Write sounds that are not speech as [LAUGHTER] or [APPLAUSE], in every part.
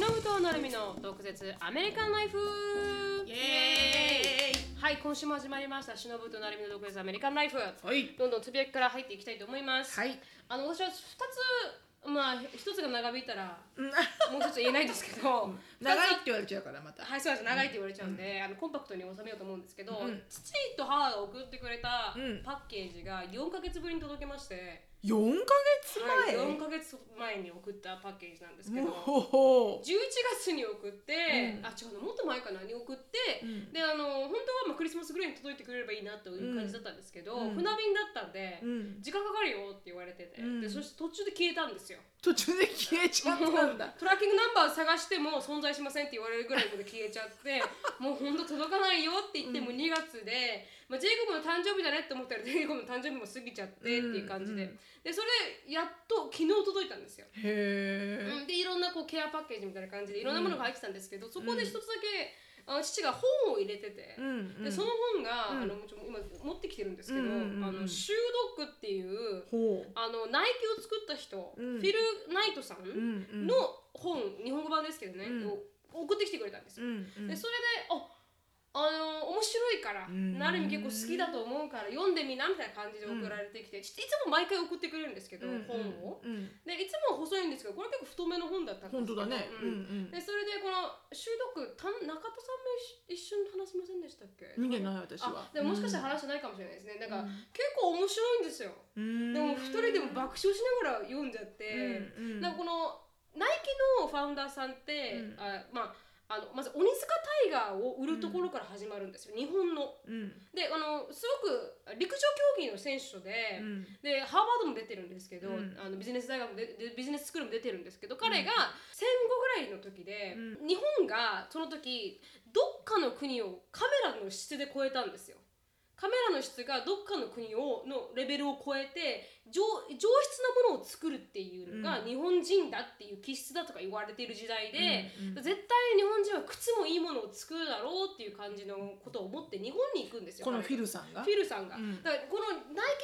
海の特設アメリカンライフイエーイはい今週も始まりましたしのぶとなるみの特設アメリカンライフはいどんどんつぶやきから入っていきたいと思います、はいあの私は2つまあ1つが長引いたら [LAUGHS] もう一つ言えないですけ [LAUGHS] ど長い二つって言われちゃうからまたはいそうです長いって言われちゃうんで、あのコンパクトに収めようと思うんですけど、うん父と母が送ってくれたうんパッケージが4か月ぶりに届きまして、四ヶ月はい、前、 4か月前に送ったパッケージなんですけおどほほ11月に送って、うんあ違うなもっと前かなに送って、うんであの本当はまあクリスマスぐらいに届いてくれればいいなという感じだったんですけど、うん船便だったんで、うん時間かかるよって言われてて、うんでそして途中で消えたんですよ。途中で消えちゃったんだ [LAUGHS] トラッキングナンバー探しても存在しませんって言われるぐらいまで消えちゃって [LAUGHS] もうほんと届かないよって言ってもう2月で、まあ、ジェイコブの誕生日だねって思ったらジェイコブの誕生日も過ぎちゃってっていう感じで、うんうんでそれやっと昨日届いたんですよ。 [LAUGHS] へえ、うんでいろんなこうケアパッケージみたいな感じでいろんなものが入ってたんですけど、そこで一つだけあの父が本を入れてて、うんうん、でその本が、うんあのもちろん今持ってきてるんですけど、うんうんうんうんあのシュードックっていうほあのナイキを作った人、うんフィル・ナイトさん、う、うんうん、の、本日本語版ですけどね、うんを送ってきてくれたんですうよ、んうん、でそれでああの面白いから、うんなるみ結構好きだと思うから読んでみなみたいな感じで送られてきて、ちいつも毎回送ってくれるんですけど、うん本をうんうん、でいつも細いんですけどこれ結構太めの本だったんです本当だね、ううんんでそれでこの収録た中田さんも一緒に話しませんでしたっけうん、見てない私あはでももしかしたら話してないかもしれないですねだから、うん結構面白いんですようん、でも二人でも爆笑しながら読んじゃって、うんうん、なんかこのナイキのファウンダーさんって、うんあまああのまず鬼塚タイガーを売るところから始まるんですよ、日本の。うんであのすごく陸上競技の選手で、うんでハーバードも出てるんですけど、うんあのビジネス大学もででビジネススクールも出てるんですけど彼が戦後ぐらいの時で、う日本がその時どっかの国をカメラの質で超えたんですよ。カメラの質がどっかの国をのレベルを超えて上上質なものを作るっていうのがうん日本人だっていう気質だとか言われている時代で、うんうん絶対日本人は靴もいいものを作るだろうっていう感じのことを思って日本に行くんですよ。このフィルルさんがフィルさんが、うんだからこのナイキ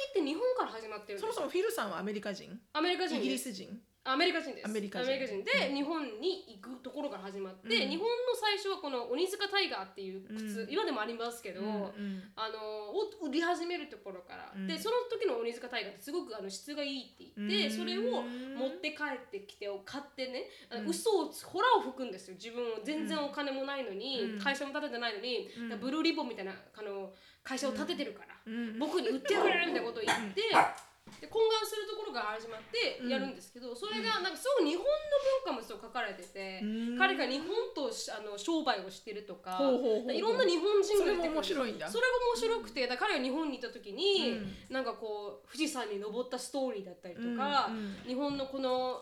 って日本から始まってるんですそよもそもフィルさんはアメリカ人アメリカ人イですギリス人アメリカ人ですアメリカ人で、うん日本に行くところから始まって、うん日本の最初はこの鬼塚タイガーっていう靴、うん今でもありますけど、うんあのを売り始めるところから、うんでその時の鬼塚大河ってすごくあの質がいいってう言んって、それを持って帰ってきてを買ってね、あのうん嘘をつほらを吹くんですよ自分を全然お金もないのに、うん会社も立ててないのに、うんだからブルーリボンみたいなあの会社を立ててるから、うん僕に売ってくれみたいなことを言って。で懇願するところが始まってやるんですけど、それがなんかすごい日本の文化もそう書かれてて、うん彼が日本としあの商売をしてるとかほうほうほうほういろんな日本人がそれ出てくるんも面ですよ白いんだそれが面白くてだから彼が日本にいた時に、なんかこう富士山に登ったストーリーだったりとか、うん日本のこの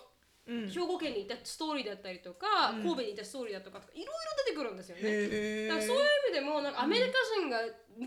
うん兵庫県にいたストーリーだったりとか、うん神戸にいたストーリーだとかとかいろいろ出てくるんですよね。へだえからそういう意味でもなんかアメリカ人が、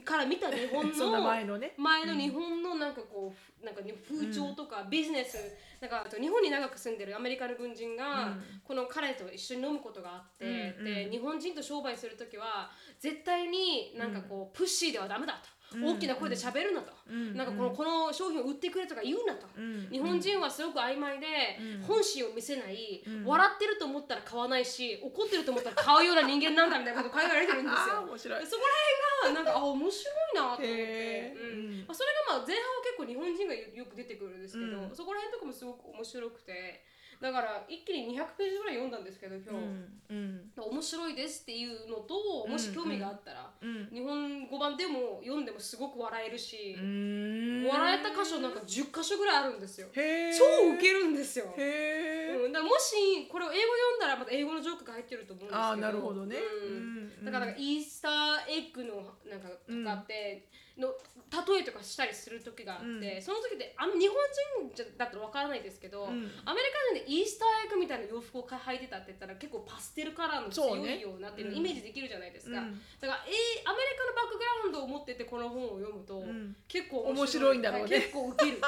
から見た日本 [LAUGHS] そんなの前のね前の日本のなんかこうなんかね風潮とかビジネス、なんかあと日本に長く住んでるアメリカの軍人うがんこの彼と一緒に飲むことがあって、うんでうん日本人と商売する時は絶対になんかこう、プッシーではダメだと、うん大きな声で喋るなと、うんなんかこのこの商品を売ってくれとか言うなと。うん日本人はすごく曖昧で、うん本心を見せない、うん笑ってると思ったら買わないし怒ってると思ったら買うような人間なんだみたいなことを考えられてるんですあよあ。面白いでそこら辺がなんかあ面白いなと思って、へーうんうんまあ、それがまあ前半は結構日本人がよよく出てくるんですけど、うんそこら辺とかもすごく面白くてだから一気に200ページぐらい読んだんですけど今日、うんうん面白いですっていうのともし興味があったら、うん日本語版でも読んでもすごく笑えるし、うん笑えた箇所なんか10箇所ぐらいあるんですよ。へえ超ウケるんですよ。へえうん、だからもしこれを英語読んだらまた英語のジョークが入ってると思うんですけどああなるほどねうんうんだからなんかイースターエッグのなんかとかっての例えとかしたりする時があって、うその時ってあん日本人じゃだとわからないですけど、うんアメリカ人でイースターエッグみたいな洋服をか履いてたって言ったら結構パステルカラーの強そうねいようなっていうのうんイメージできるじゃないですか、うんだから、えーアメリカのバックグラウンドを持っててこの本を読むと、うん結構面白いんだろうね結構ウケる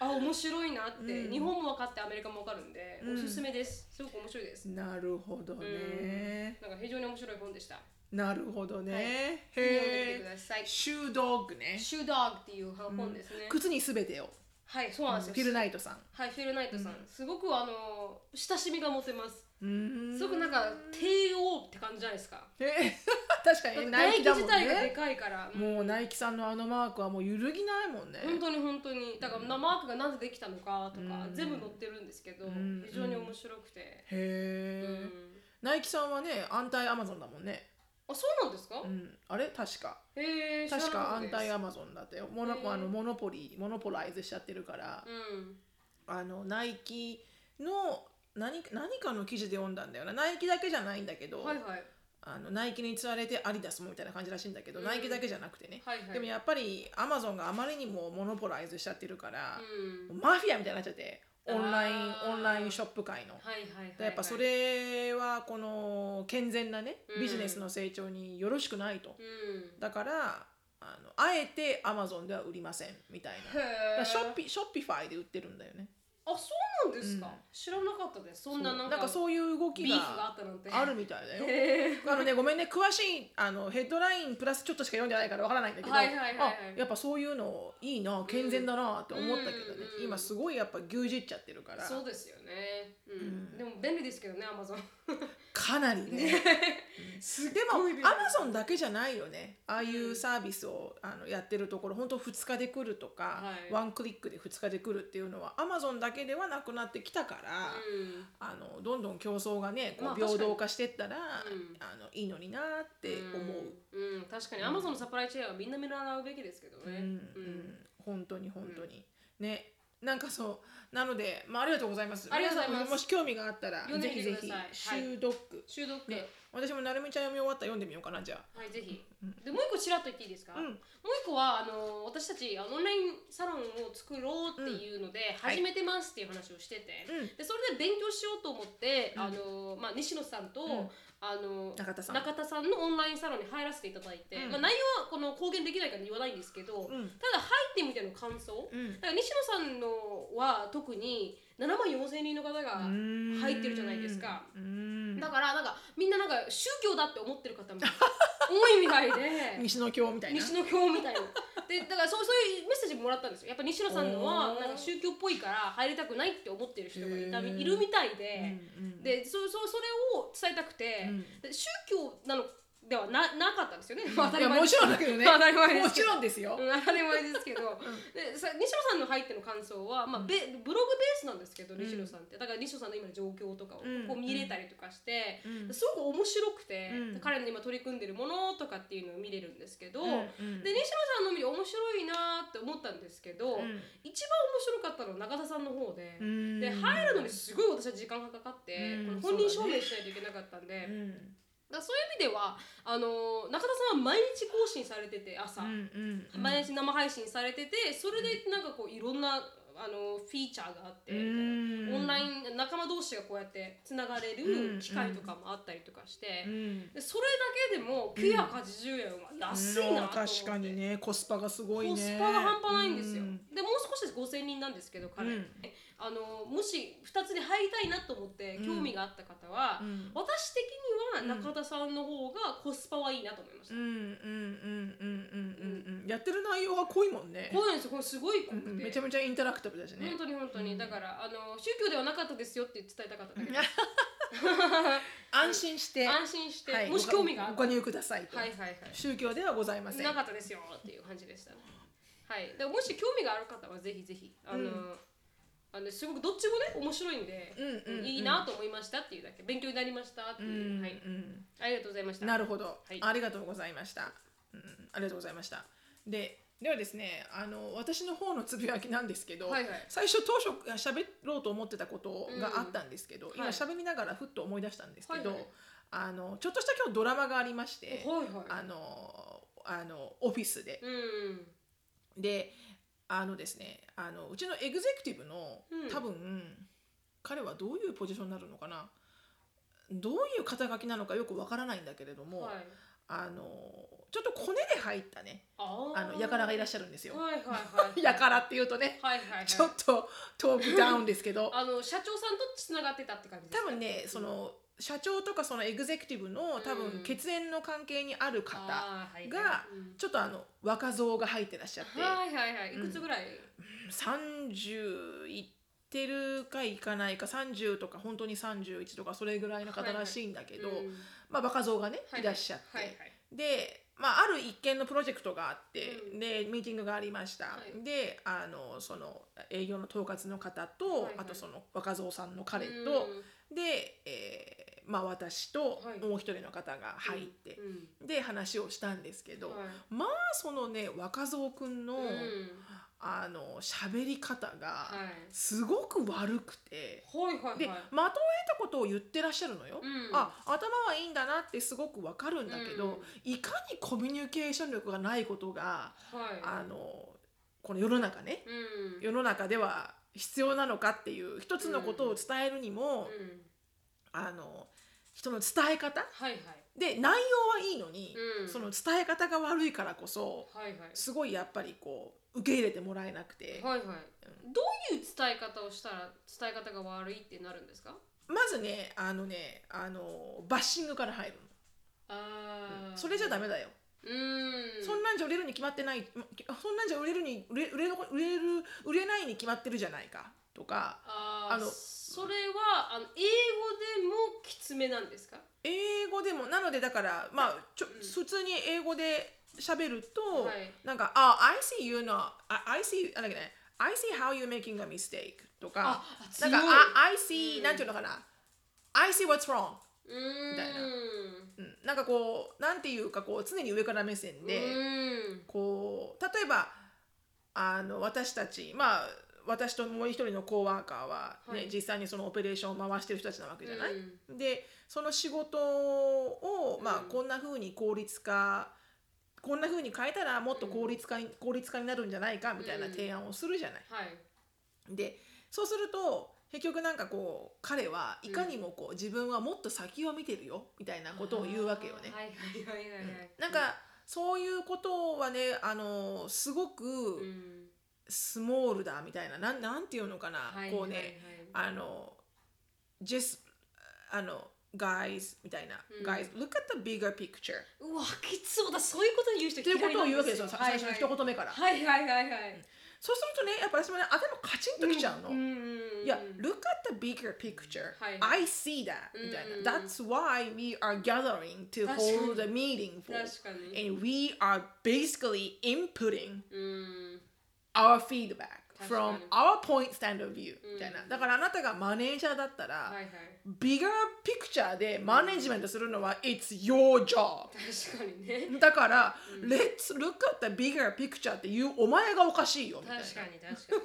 あ面白いなって、うん日本も分かってアメリカも分かるんで、うおんすすめですすごく面白いですなるほどねなんか非常に面白い本でしたなるほどはいね読んでみてくへえださいシュードッグねシュードッグっていう本ですね、靴にすべてをはいそうなんですよフィルナイトさんはいフィルナイトさん、うんすごくあの親しみが持てますうーんすごくなんか帝王って感じじゃないですかえ [LAUGHS] 確かだってにナ唾液イキだも自ん体がでねかいからもうもうナイキさんのあのマークはもう揺るぎないもんね本当に本当にだからなマークがなぜできたのかとか、うん全部載ってるんですけど、うん非常に面白くて、うへえ、んナイキさんはね安泰アマゾンだもんね、あそうなんですか、うん、あれ確かへえ確か安泰アアマゾンだってモノ,、へーあのモノポリーモノポライズしちゃってるから、うんあのナイキの何何かの記事で読んだんだよなナイキだけじゃないんだけど、はいはいあのナイキに釣られてアリダスもみたいな感じらしいんだけど、うんナイキだけじゃなくてね、はいはいでもやっぱりアマゾンがあまりにもモノポライズしちゃってるから、うんマフィアみたいになっちゃってオンラインあーオンラインショップ界の。はいはいはい、はい、やっぱそれはこの健全なねうんビジネスの成長によろしくないと、うんだからあのあえてアマゾンでは売りませんみたいなだかへらえショッピショッピファイで売ってるんだよねあそうなんですか、うん知らなかったですそんなそうなんなかんかそういう動きビーフがあがったなんてあるみたいだよへえあのねごめんね詳しいあのヘッドラインプラスちょっとしか読んでないからわからないんだけど、はいはいはいはいあやっぱそういうのいいな健全だなって思ったけどね、うん今すごいやっぱ牛耳っちゃってるからそうですよね、うんうんでも便利ですけどねアマゾンかなりねすでも便利アマゾンだけじゃないよねああいうサービスをあのやってるところ本当2日で来るとか、はいワンクリックで2日で来るっていうのはアマゾンだけではなくなってきたから、うん [LAUGHS] あのどんどん競争がねこまあう平等化してったら、確かにうんあのいいのになって思う。うん、うん確かにアマゾンのサプライチェーンはみんな見習うべきですけどうんねうん本当に本当に、ねなんかそうなので、まあ、ありがとうございますありがとうございます皆さんももし興味があったら読んぜでみひてぜくひださいはい習読、中毒、ね私もなるみちゃん読み終わったら読んでみようかなじゃあ。はいぜひうんでもう一個ちらっと言っていいですか、うんもう一個はあの私たちあのオンラインサロンを作ろうっていうので、はい始めてますっていう話をしてて、うんでそれで勉強しようと思って、うんあのまあ、西野さんと、んあの中田さん中田さんのオンラインサロンに入らせていただいて、うんまあ、内容はこの公言できないから言わないんですけど、うんただ入ってみての感想、うんだから西野さんのは特に7万4千人の方が入入ってるじゃないですか。うんだからなんかみんななんか宗教だって思ってる [LAUGHS] 方も多いみたいで西の京みたいな。西の教みたいな。でだからそうそういうメッセージもらったんですよやっぱ西野さんのはおーなんか宗教っぽいから入りたくないって思ってる人がいたみへーいるみたいうんで、うんでそそそれを伝えたくて、うんで宗教なのではななかったんですよね、まあ当たいりや前もですちろんだけどね。当たり前ですもちろんですよ。うん当たり前ですけど、でさ西野さんの入っての感想は、まあ、べブログベースなんですけど、うん西野さんってだから西野さんの今の状況とかをうんこう見れたりとかして、うんすごく面白くて、うん彼の今取り組んでるものとかっていうのを見れるんですけど、うんうんで西野さんの見て面白いなーって思ったんですけど、うん一番面白かったのは中田さんの方で。うんで入るのにすごい私は時間がかかって、うんこの本人証明しないといけなかったんで、うだからんそういう意味ではあのー中田さんは毎日更新されてて朝、うんうんうん毎日生配信されててそれでなんかこういろんなあのフィーチャーがあって、うんオンライン仲間同士がこうやってつながれる機会とかもあったりとかして、うんでそれだけでも980円は安いなと思って、確かにねコスパがすごいね。コスパが半端ないんですよ、うんでもう少しで5000人なんですけど彼、うんあのもし2つに入りたいなと思って興味があった方は、うん私的には中田さんの方がコスパはいいなと思いましたうんうんうんうんうんうんうんやってる内容が濃いもんね。こうなんですよこれすごい濃うくて、んめちゃめちゃインタラクティブだしね本。当に本当に、だからあの宗教ではなかったですよって伝えたかっただけで安心して。安心して、はいもし興味があったごごら入くださいとはいはいはい宗教ではございませんなかったですよっていう感じでしたはいでもし興味がある方はぜひぜひあの、うんあのすごくどっちもね面白いんで、うんうんうんいいなと思いましたっていうだけ勉強になりましたってういう、んはいうんありがとうございましたなるほど、はいありがとうございました、うん、ありがとうございましたでではですねあの私の方のつぶやきなんですけど、はいはい最初当初喋ろうと思ってたことがあったんですけんど、今はい喋りながらふっと思い出したんですけど、はいはいあのちょっとした今日ドラマがありまして、はいはいあのあのオフィスで、うんであのですねあのうちのエグゼクティブのうん多分、彼はどういうポジションになるのかなどういう肩書きなのかよくわからないんだけれども、はいあのちょっとコネで入ったねああのやからがいらっししゃるんですよ。はいはいはい [LAUGHS] やからっていうとねはいはいはいちょっとトークダウンですけど [LAUGHS] あの社長さんとつながってたって感じです多か分ねその社長とかそのエグゼクティブの多うん分血縁の関係にある方、あーはいはいがうんちょっとあの若造が入ってらっしゃってはいはいはいいうんくつぐらい、 30いってるかいかないか30とか本当に31とかそれぐらいの方らしいんだけど、うんまあ若造がね、はいいらっしゃって、はいはいで、まあ、ある一件のプロジェクトがあって、うんでミーティングがありました、はいであのその営業の統括の方と、はいはいあとその若造さんの彼と、うで、えーまあ、私とはいもう一人の方がん入って、うんうんで話をしたんですけど、はいまあそのね若造くんの、うんあの喋り方がはいすごく悪くて、はいはいはいでまとえたことを言ってらっしゃるのよ。うんあ頭はいいんだなってすごくわかるんだけど、いかにコミュニケーション力がないことが、はいあのこの世の中ねうん世の中では必要なのかっていう一つのことを伝えるにも、うんあの人の伝え方はいはいで内容はいいのに、うんその伝え方が悪いからこそはいはいすごいやっぱりこう受け入れてもらえなくて、はいはいどういう伝え方をしたら伝え方が悪いってなるんですかまずねあのねあのバッシングから入るの、あーそれじゃダメだよ、うんそんなんじゃ売れるに決まってないまそんなんじゃ売れるに売れ売れる売れる売れないに決まってるじゃないかとかああののそれはあの英語でもきつめなんですか英語でもなのでだからまあちょ、うん普通に英語で喋ると、はいなんか「あ、I see you know I, I see あなんだっけね I see how you making a mistake」とかああなんか強いあ I see、うんなんていうのかな I see what's う wrong ーんみたいなうんなんかこうなんていうかこう常に上から目線で、うんこう例えばあの私たちまあ私ともう一人のコーワーカーは、ねはい実際にそのオペレーションを回してる人たちなわけじゃない、うんでその仕事を、まあうんこんな風に効率化こんな風に変えたらもっと効率化に、効率化になるんじゃないかみたいな提案をするじゃない。はいでそうすると結局なんかこう彼はいかにもこう、自分はもっと先を見てるよみたいなことを言うわけよねあー。はいはいはいはいはいなんかそういうことはねあのすごうくんスモールだみたいななんなんていうのかな、はいこうはいねあの just あの guys みたいな、うん guys look at the bigger picture はいうわきつそうだそういうことに言う人っていうことを言うわけですよ、嫌さいなん最初の一言目から、はいはいはいはいはいそうするとねやっぱ私もね頭カチンときちゃうの、んんんいや、look at the bigger picture. はい I see that. みたいうんうんうんな。That's why we are gathering to 確かに hold a meeting for. 確かに And we are basically inputting うん our feedback 確かに from our point stand of view うんみたいな。だからあなたがマネージャーだったはいはら、い bigger picture でマネジメントするのは it's your job。確かにねだから、let's look at the bigger picture っていうお前がおかしいよ [LAUGHS] みたいな。確かに確かに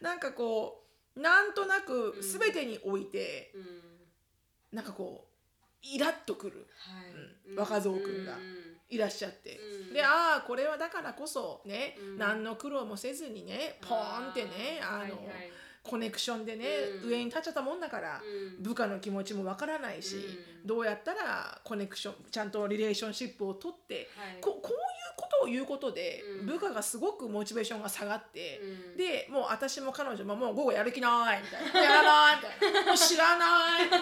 なんかこう、なんとなくん全てにおいて、うんうんなんかこうイラッとくるはいうん若造君うがんいらっしゃって、うんでああこれはだからこそね、うん何の苦労もせずにねポーンってねあの、はいはいコネクションでね、うん上に立っちゃったもんだから、うん部下の気持ちもわからないし、うんどうやったらコネクションちゃんとリレーションシップを取って、はいここういうことを言うことで、うん部下がすごくモチベーションが下がって。うんでもう私も彼女ももう午後やる気ないみたいなやらないみたい [LAUGHS] なもう知らないもう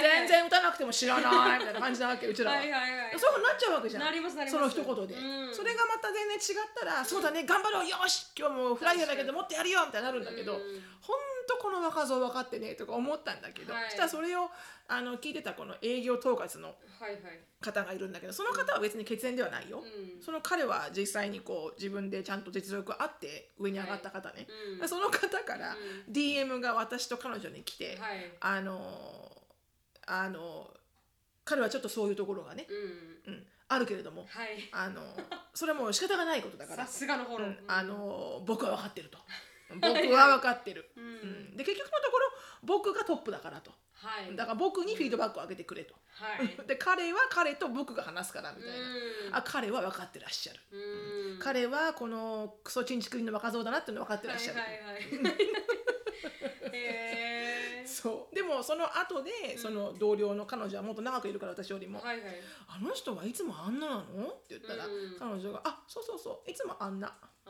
全然打たなくても知らないみたいな感じなわけうちらは,、はいはいはいそういうふうになっちゃうわけじゃんなりますなりそまのす一言で、うんそれがまた全然違ったら、そうだね頑張ろうよし今日もフライヤーだけ確かどもっとやるよみたいになるんだけうど、んほんとこの若造分かってねとか思ったんだけど、はいそしたらそれをあの聞いてたこの営業統括のはいはい方がいるんだけどその方は別に血縁ではないよ、うんその彼は実際にこう自分でちゃんと実力があって上に上がった方ね、うんその方からう DM が私と彼女に来て、はいあのーあのー彼はちょっとそういうところがね、うんうん、あるけれどもはいあ [LAUGHS] のーそれはもう仕方がないことだからさ、すがのフォうロんーあのー僕は分かって [LAUGHS] ると僕は分かってる、ううんん、で結局のところ僕がトップだからとはいだから僕にフィードバックを上げてくれと、はい [LAUGHS] で彼は彼と僕が話すからみたいな、うんあ彼は分かってらっしゃる、うん彼はこのクソチンチクリンの若造だなっていうの分かってらっしゃる、はいはいはい。へえ。 [LAUGHS] そうでもその後で、んその同僚の彼女はもっと長くいるから私よりも「はいはい。あの人はいつもあんななの?」って言ったら、うん彼女が「あそうそうそういつもあんなあ」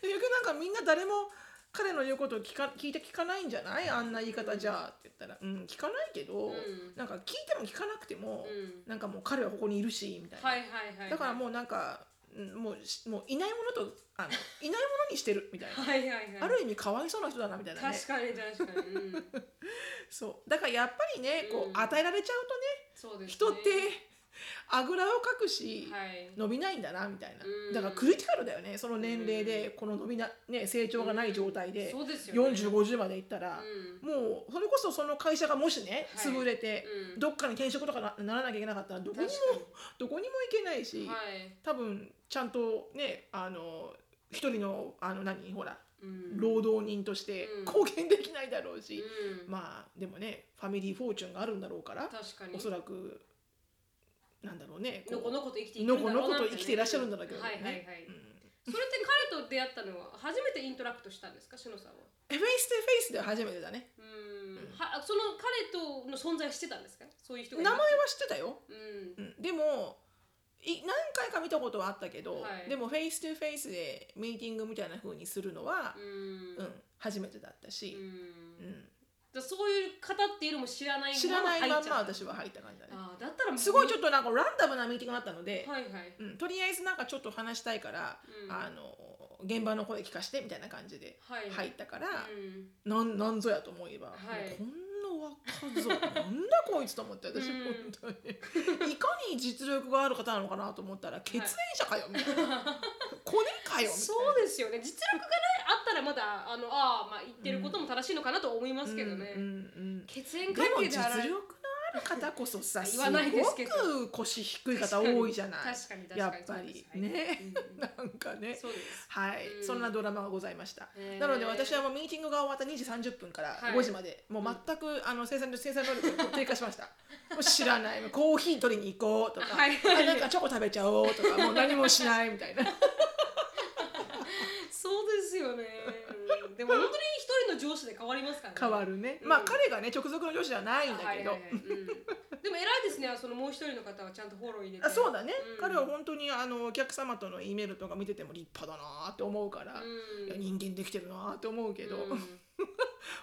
で逆になんかみんな誰も彼の言うことを聞か聞いて聞かないんじゃないあんな言い方じゃって言ったら「うん聞かないけど、うんなんか聞いても聞かなくても、 [LAUGHS] うんなんかもう彼はここにいるし」みたいな、はいはいはいだからもうなんかうんもうしもういないものとあのいないものにしてるみたいな、はいはいはいある意味かわいそうな人だなみたいなね確かに確かに、うん、そうだからやっぱりねこう、うん与えられちゃうとねそうですね人ってあぐらをかくし、はい伸びないんだなみたいな、うんだからクリティカルだよねその年齢でこの伸びな、ね、成長がない状態でそうですよね4050までいったら、うもうそれこそその会社がもしねはい潰れて、うんどっかに転職とかなならなきゃいけなかったらどこにも確かどこにも行けないし、にはい、多分ちゃんとねあの一人のあの何ほらうん労働人としてうん貢献できないだろうし、うんまあでもねファミリーフォーチュンがあるんだろうから確かにおそらくなんだろうねこうのこのこと生きていのんこだのろうこなとみたいな生きていらっしゃるんだろうけどね。はいはいはい、うんそれって彼と出会ったのは初めてイントラクトしたんですかしのさんはフェイスとフェイスでは初めてだね。うーんはその彼との存在してたんですかそういう人名がい前るは知ってたよ。うんうん、でもい何回か見たことはあったけど、はいでもフェイスとフェイスでミーティングみたいな風にするのは、うんうん初めてだったうし、んうんだそういう方っていうのも知らない知らないまん入っちまゃう私は入った感じだね。あーだったらもうすごいちょっとなんかランダムなミーティングだったので、はいはいうん、とりあえずなんかちょっと話したいから、うんあの現場の声聞かしてみたいな感じではい入ったから、うんなんなんぞやと思えば、はいこんな若造なんだこいつと思って私う本ん当にいかに実力がある方なのかなと思ったら血縁者かよみ [LAUGHS] たいな、コネかよみたいそうですよね実力がねあったらまだあのあーまあ言ってることも正しいのかなと思いますけどな、ね、うんうん血うん縁で関も係で実力あらのある方こそさす言ごわないですけどく腰低い方多いじゃない確かに確かにやっぱりそうですはいねうんうんなんかねそうですはい、うんそんなドラマがございましたへーなので私はもうミーティングが終わった2時30分からはい5時まで、もう全く、あの生産生産能力が低下しました [LAUGHS] もう知らないコーヒー取りに行こうとか、はいあなんかチョコ食べちゃおうと [LAUGHS] かもう何もしないみたいなそうですよね。うん [LAUGHS] でも本当に一人の上司で変わりますからね。変わるるね、うんまあ彼がね直属の上司ではないんだけど、はいはいはいうん、でも偉いですね。そのもう一人の方はちゃんとフォロー入れて。あそうだね、うん彼は本当にあのお客様との E メールとか見てても立派だなって思うから、うん。いや人間できてるなって思うけど、うんほん、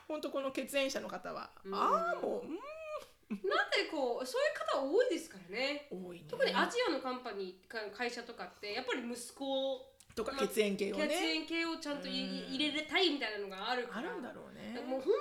本当この血縁者の方は、うんああもう、なんでこうそういう方多いですからね。うん多いね特にアジアのカンパニーか会社とかってやっぱり息子とか血縁系を血ね縁系をちゃんとい、うん入れたいみたいなのがあるかあら。るんだろうね。もう本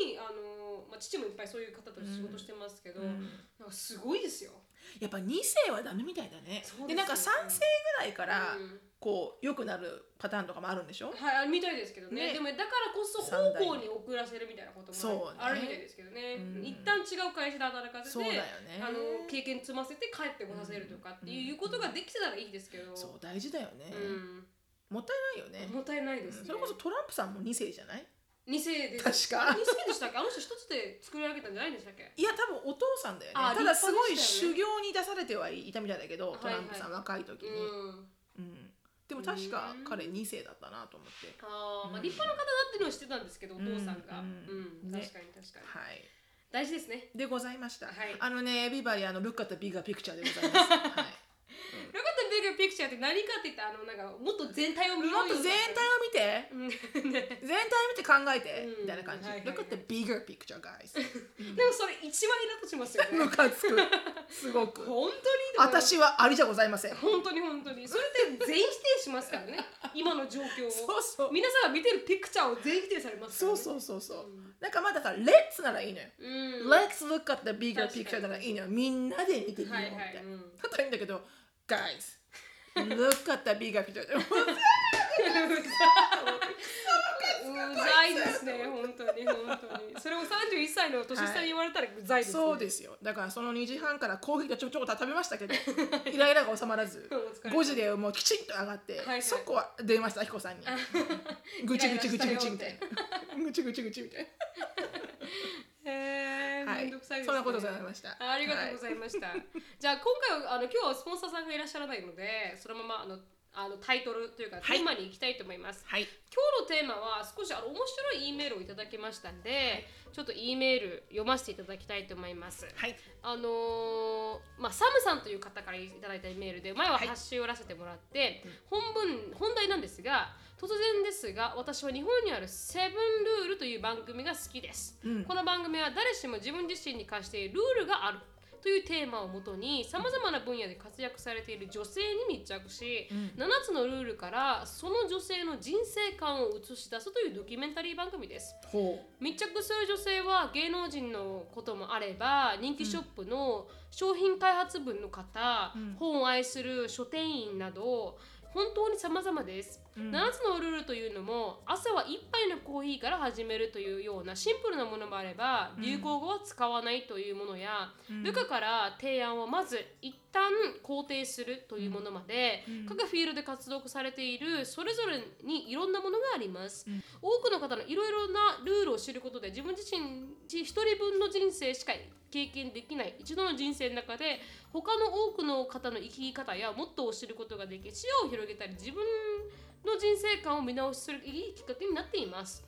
当にあのまあ父もいっぱいそういう方と仕事してますけど、うんなんかすごいですよ。やっぱ2世はダメみたいだね。そうですよでなんか3世ぐらいからうんこう良くなるパターンとかもあるんでしょ、はい、あみたいですけどねねでもだからこそ方向に遅らせるみたいなこともあるそうねあるみたいですけどね、うん一旦違う会社で働かせて、そうだよね。あの経験積ませて帰ってこさせるとかっていうことができてたらいいですけど、そう大事だよね、うんもったいないよね。もったいないですね、それこそトランプさんも2世じゃない2世です確か2世でしたっけあの人一つで作り上げたんじゃないんでしたっけいや多分お父さんだよねあただ立す派ごでいしたよ修ね行に出されてはいたみたいだけど、はいトはいランプさん若い時に、うんうんでも確か彼2世だったなと思って、あーまうあ、ん立派な方だっていうのは知ってたんですけど、お父さんが、ううんんね確かに確かに、はい大事ですねでございました、はいあのねエビバリーあの「Look at the bigger picture」でございます、はい [LAUGHS] よかったビッグピクチャーって何かって言ったらあのなんかもっと全体を見ようもっよと全体を見てうん [LAUGHS] ね全体見て考えて、うんみたいな感じ、はいはいはい Look at the bigger picture guys でもそれ一番イラッとしますよムね。[LAUGHS] カつくすごく本当に私はありじゃございません本当に本当にそれって全否定しますから [LAUGHS] ね今の状況をそうそう皆さんが見てるピクチャーを全否定されますから、そうね、そうそうそう、うんなんかまださ Let's ならいいのよ、う、うん、はい Let's look at the bigger 確か picture にならいいのよみんなで見てみようはみいたいな、うんだったらいいんだけど Guys look at the bigger picture うざいですね本当に本当にそれを31歳の年下に言われたらうざいですね、そうですよだからその2時半からコーヒーがちょこちょこ食べましたけ [LAUGHS] どイライラが収まらずお疲れ様5時でもうきちんと上がって、いはいそこは電話した [LAUGHS] 彦さんにぐちぐちぐちぐちみたいなぐちぐちぐちみたいへえ [LAUGHS] なはめいんどくさいですねそんなことございましたありがとうごはざいました。じゃあ今回はあの今日はスポンサーさんがいらっしゃらないのでそのままあのあのタイトルというかはいテーマに行きたいと思います、はい今日のテーマは少しあの面白い E メールをいただきましたんで、ちょっと E メール読ませていただきたいと思いますはいあのーまあ、サムさんという方からいただいたメールで前ははい発集をらせてもらって、本文本題なんですが突然ですが私は日本にある「セブンルール」という番組が好きです、うんこの番組は誰しも自分自身に課しているルールがあるというテーマをもとにさまざまな分野で活躍されている女性に密着し、うん7つのルールからその女性の人生観を映し出すというドキュメンタリー番組ですほ密着する女性は芸能人のこともあれば人気ショップの商品開発部の方、うん本を愛する書店員など本当に様々です、う、うん7つのルールというのも朝は1杯のコーヒーから始めるというようなシンプルなものもあればうん流行語は使わないというものや、うん部下から提案をまず一旦肯定するというものまで、うん各フィールドで活動されているそれぞれにいろんなものがあります、うん多くの方のいろいろなルールを知ることで自分自身一人分の人生しか経験できない一度の人生の中で他の多くの方の生き方やモットーを知ることができ視野を広げたり自分の人生観を見直しするいいきっかけになっています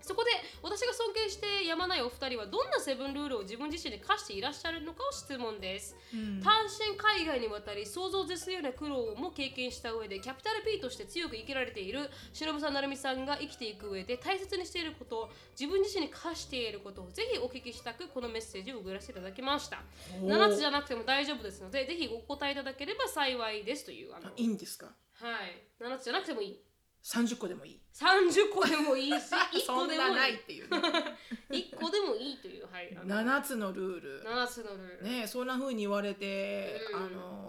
そこで私が尊敬してやまないお二人はどんなセブンルールを自分自身で課していらっしゃるのかを質問ですうん単身海外に渡り想像を絶するような苦労も経験した上でキャピタル P として強く生きられている忍さん成美さんが生きていく上で大切にしていること自分自身に課していることをぜひお聞きしたくこのメッセージを送らせていただきましたほう7つじゃなくても大丈夫ですのでぜひお答えいただければ幸いですというあのあいいんですかはい7つじゃなくてもいい30個でもいい30個でもいいし1 [LAUGHS] そ個んでなもないいいっていうね1個でもいいというはいあの [LAUGHS] 7つのルール7つのルール、ねえそんな風に言われて、うんあの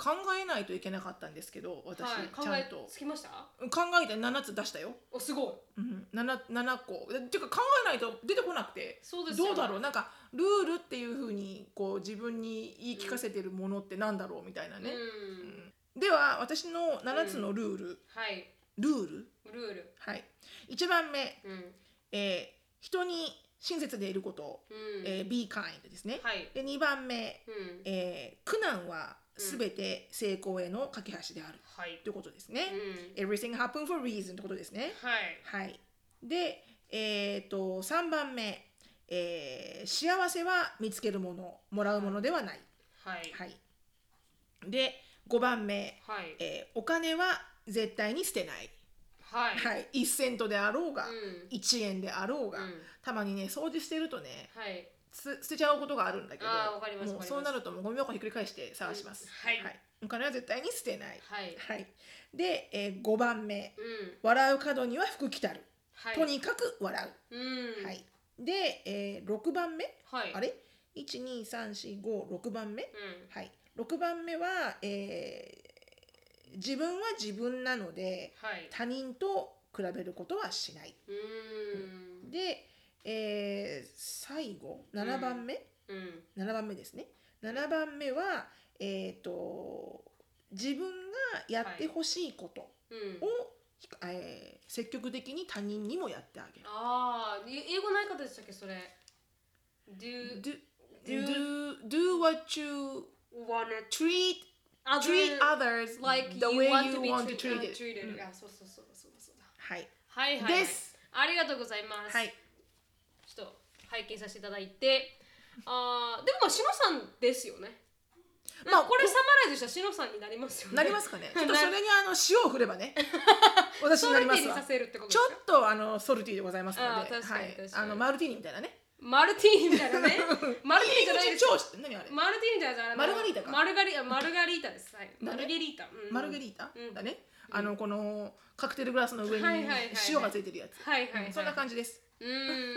考えないといけなかったんですけど私、はい、考ちゃんえとつきました考えて7つ出したよ、おすごいうん、7, 7個でてか考えないと出てこなくてそうですよどうねだろうなんかルールっていう風にこう自分に言い聞かせてるものってなんだろうみたいなね、ううんんでは私の7つのルール、はいルールルールはい1番目、うんえー人に親切でいること、うん、えー be kind ですね、はいで2番目、うんえー苦難は全て成功への架け橋であるはいということですうね、ん everything happen for reason ってことですねはいはいでえー、と3番目、えー幸せは見つけるものもらうものではない、はいはい、で5番目、はいえーお金は絶対に捨てない、はいはい、1セントであろうが、うん1円であろうが、うんたまにね掃除してるとねはいす捨てちゃうことがあるんだけどあーわかりますわかりもうますそうなるともうゴミ箱ひっくり返して探します、うんはいお金は絶対に捨てない、はいはい、で、えー、5番目うん笑う角には服着たる、はいとにかく笑うう、んはい、で、えー、6番目、はいあれ12345番目、うんはい、6番目は、えー自分は自分なのではい他人と比べることはしないうんで、えー最後7番目、うん7番目ですね7番目はえっ、と自分がやってほしいことうんを、えー積極的に他人にもやってあげる。ああ英語ない方でしたっけそれ Do Do, Do- do, do what you wanna treat, other treat others like the you way want you to be want to treated, treat it. treated. うんあそうそうそうそうだそうだはい、はいはいはいです。ありがとうございますはい、ちょっと拝見させていただいてあーでもまあしのさんですよねままああこれこサマライズしたしのさんになりますよねなりますすか [LAUGHS] ね。ちょっとそれにあの塩を振ればね、私になりますにわさ。せるってことでちすょかっとあのソルティーでございますので、あー確かはにい確、かあにのマルティーニみたいなね。マルティーニみたいな [LAUGHS] ねマルティーニじゃないです超知って何あれ？マルティーニじゃないマルガリータかマルガリあマルガリータですはいマだねルゲリータうんマルゲリータ、うんだね、あのこのカクテルグラスの上にはいはいはいはい塩がついてるやつ、はいはいはいそんな感じですうーん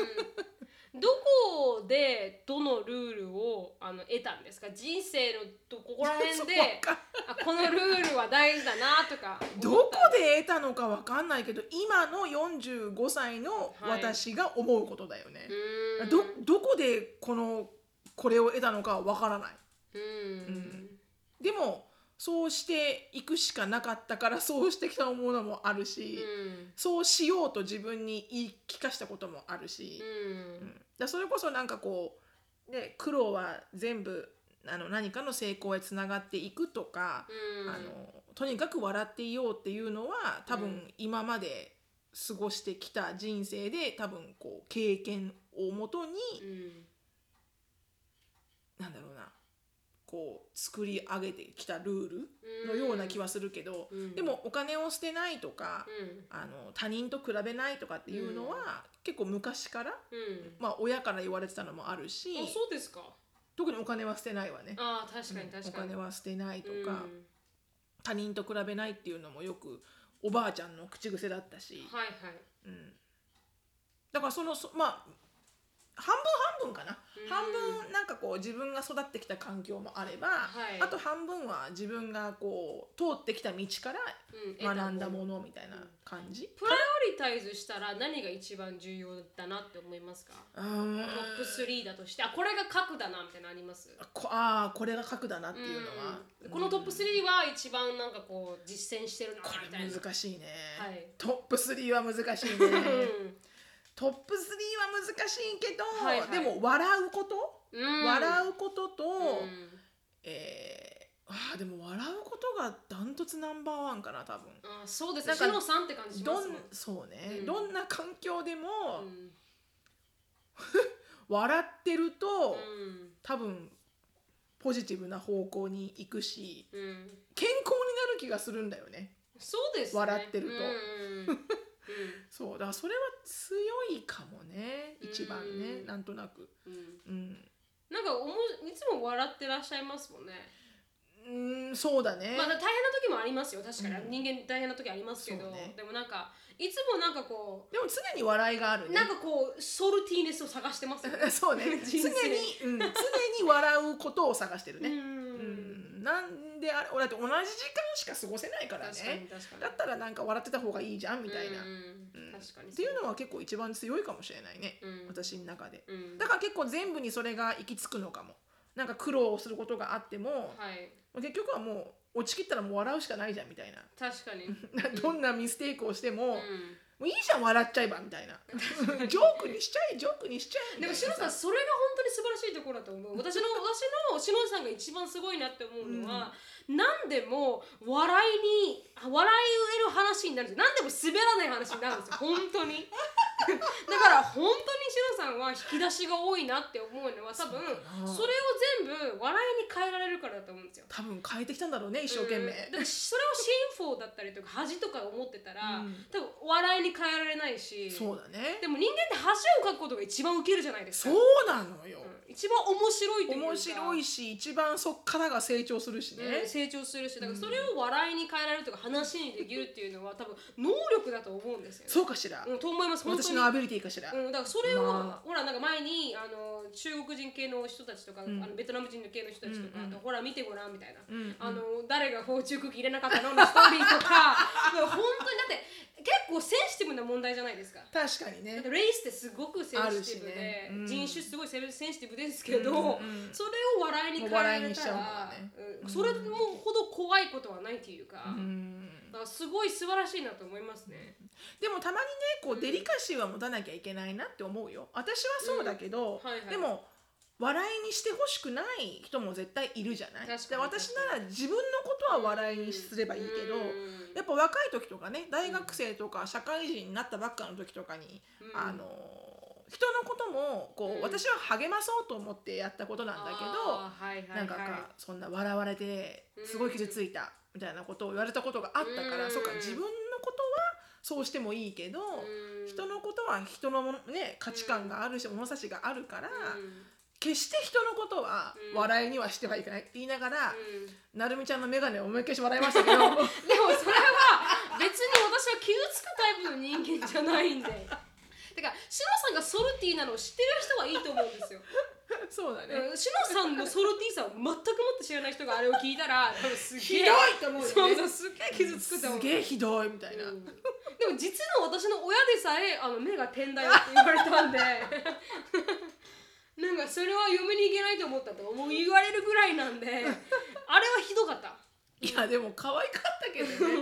どこでどのルールをあの得たんですか人生のどここら辺 [LAUGHS] そでっかあこのルールは大事だなとかどこで得たのかわかんないけど今の45歳の私が思うことだよね、うーんどどこでこのこれを得たのかはわからないうんでもそうしていくしかなかったからそうしてきたものもあるうし、んそうしようと自分に言い聞かしたこともあるし、うんだそれこそなんかこうで苦労は全部あの何かの成功へつながっていくとか、うんあのとにかく笑っていようっていうのはう多分今まで過ごしてきた人生で多分こう経験をもとに、うんなんだろうなこう作り上げてきたルールのような気はするけど、うんでもお金を捨てないとか、うんあの他人と比べないとかっていうのは、うん結構昔から、うんまあ、親から言われてたのもあるしあそうですか特にお金は捨てないわね。あー確かに確かに、お金は捨てないとうんか、他人と比べないっていうのもよくおばあちゃんの口癖だったし、はいはいうん、だからそのそまあ半分半分かな、うん半分なんかこう自分が育ってきた環境もあれば、はいあと半分は自分がこう通ってきた道かうん得たら学んだものみたいな感じ、プライオリタイズしたら何が一番重要だなって思いますかうーんトップ3だとしてあこれが核だなみたいなのありますこああこれが核だなっていうのは、うんこのトップうん3は一番なんかこう実践してるなこみたいれな難しいね、はいトップ3は難しい [LAUGHS] ねトップ3は難しいけど、はいはいでも笑うこと、うん、笑うことと、ううんえー、あーでも笑うことがダントツナンバーワンかな多分あそうですなねんか志のさんって感じしまどんすもんそうね、うんどんな環境でも、うん笑ってると、うん多分ポジティブな方向に行くしうん健康になる気がするんだよねそうですね笑ってるとうんうんうんそうだからそれは強いかもね一番ね、うんなんとなくうんうんうん、なんかおもいつも笑ってらっしゃいますもんね。うん、そうだね、まあ大変な時もありますよ確かに、うん人間大変な時ありますけど、そうねでもなんかいつもなんかこでも常に笑いがあるうねなんかこうソルティーネスを探してますよね。 [LAUGHS] そうね常人生に、うん、常に笑うことを探してるうね、んうんなんであれ俺だって同じ時間しか過ごせないから確かにね確かに。だったらなんか笑ってた方がいいじゃんみたいな、うんうん確かにっていうのは結構一番強いかもしれないね、うん私の中でうんだから結構全部にそれが行き着くのかもなんか苦労することがあっても、はい結局はもう落ちきったらもう笑うしかないじゃんみたいな確かに。うんどんなミステイクをしても,、もういいじゃん笑っちゃえばみた [LAUGHS] いなジョークにしちゃえジョークにしちゃえみでたもいなしのさんそれが本当に素晴らしいところだと思う私の私のしのさんが一番すごいなって思うのは、何でも笑いにあ笑い得る話になるんですよ何でも滑らない話になるんで [LAUGHS] すよ本当にだから本当にしのさんは引き出しが多いなって思うのは多分そそうかなれを全部笑いに変えられるからだと思うんですよ多分変えてきたんだろうね一生懸うん命、だからそれをシンフォーだったりとか恥とか思ってたら、うん多分笑いに変えられないしそうだねでも人間って恥をかくことが一番ウケるじゃないですかそうなのよ、うん一番面白いというか面白いし一番そっからが成長するしね、うん成長するしだからそれを笑いに変えられるとか話にできるっていうのは多分能力だと思うんですよね。そうかしら、うん、と思います本当私にのアビリティかしら、うん、だからそれを、まほらなんか前にあの中国人系の人たちとか、んあのベトナム人の系の人たちとか、うんうんほら見てごらんみたいな、うんうんあの誰がフォーチュンクッキー入れなかったののストーリーとか [LAUGHS] だから本当にだって結構センシティブな問題じゃないですか。確かにだっねてレイスってすごくセンシティブで、あるしねうん人種すごいセンシティブですけど、うんうんうんそれを笑いに変えらもう笑いれにしちたゃうらのはねうんそれもほど怖いことはないっていうか,、うんだからすごい素晴らしいなと思いますね。でもたまにねこうデリカシーは持たなきゃいけないなって思うよ私はそうだけど、うんはいはいでも笑いにしてほしくない人も絶対いるじゃない確かにで私なら自分のことは笑いにすればいいけど、うんやっぱ若い時とかね大学生とか社会人になったばっかの時とかに、うんあの人のこともこう、うん私は励まそうと思ってやったことなんだけど、あーはいはいはい、なんかか、そんな笑われてすごい傷ついたみたいなことを言われたことがあったから、うんそうか自分のことはそうしてもいいけど、うん人のことは人のもの、ね、価値観があるし物差しがあるから、うん決して人のことはうん笑いにはしてはいけないって言いながら、うんなるみちゃんの眼鏡を思いっきりして笑いましたけど笑でもそれは別に私は傷つくタイプの人間じゃないんで。だからシノさんがソルティーなのを知ってる人はいいと思うんですよ。そうだね、うんシノさんのソルティーさを全くもって知らない人があれを聞いたら多分すひげどえいと思うよ、ね、そうそうすっげえ傷つくと思すう。げえひどいみたいうな、んでも実の私の親でさえあの目が点だよって言われたんで [LAUGHS] なんかそれは嫁に行けないと思ったと思う言われるぐらいなんであれはひどかった。いやでも可愛かったけどね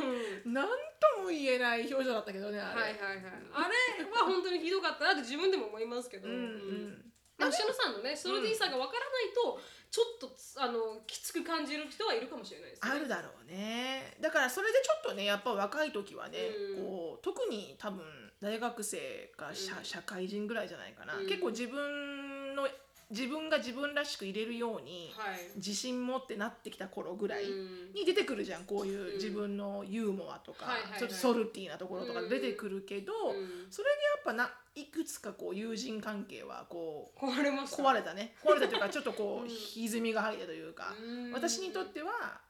なんとも言えない表情だったけどねあれ、はいはいはい、あれは本当にひどかったなって自分でも思いますけど、うんううんんでもしのさんのねソロ D さんがわからないとちょっとつあのきつく感じる人はいるかもしれないですね。あるだろうねだからそれでちょっとねやっぱ若い時はね、うんこう特に多分大学生か社,、うん社会人ぐらいじゃないかな、うん結構自分の自分が自分らしく入れるようにはい。自信持ってなってきた頃ぐらいうんに出てくるじゃんこういううん自分のユーモアとか、はいはいはいちょっとソルティーなところとか出てくるけど、うんそれでやっぱないくつかこう友人関係はこ壊れまうした。壊れたね壊れたというかちょっとこううん歪みが入ったというか。うん私にとっては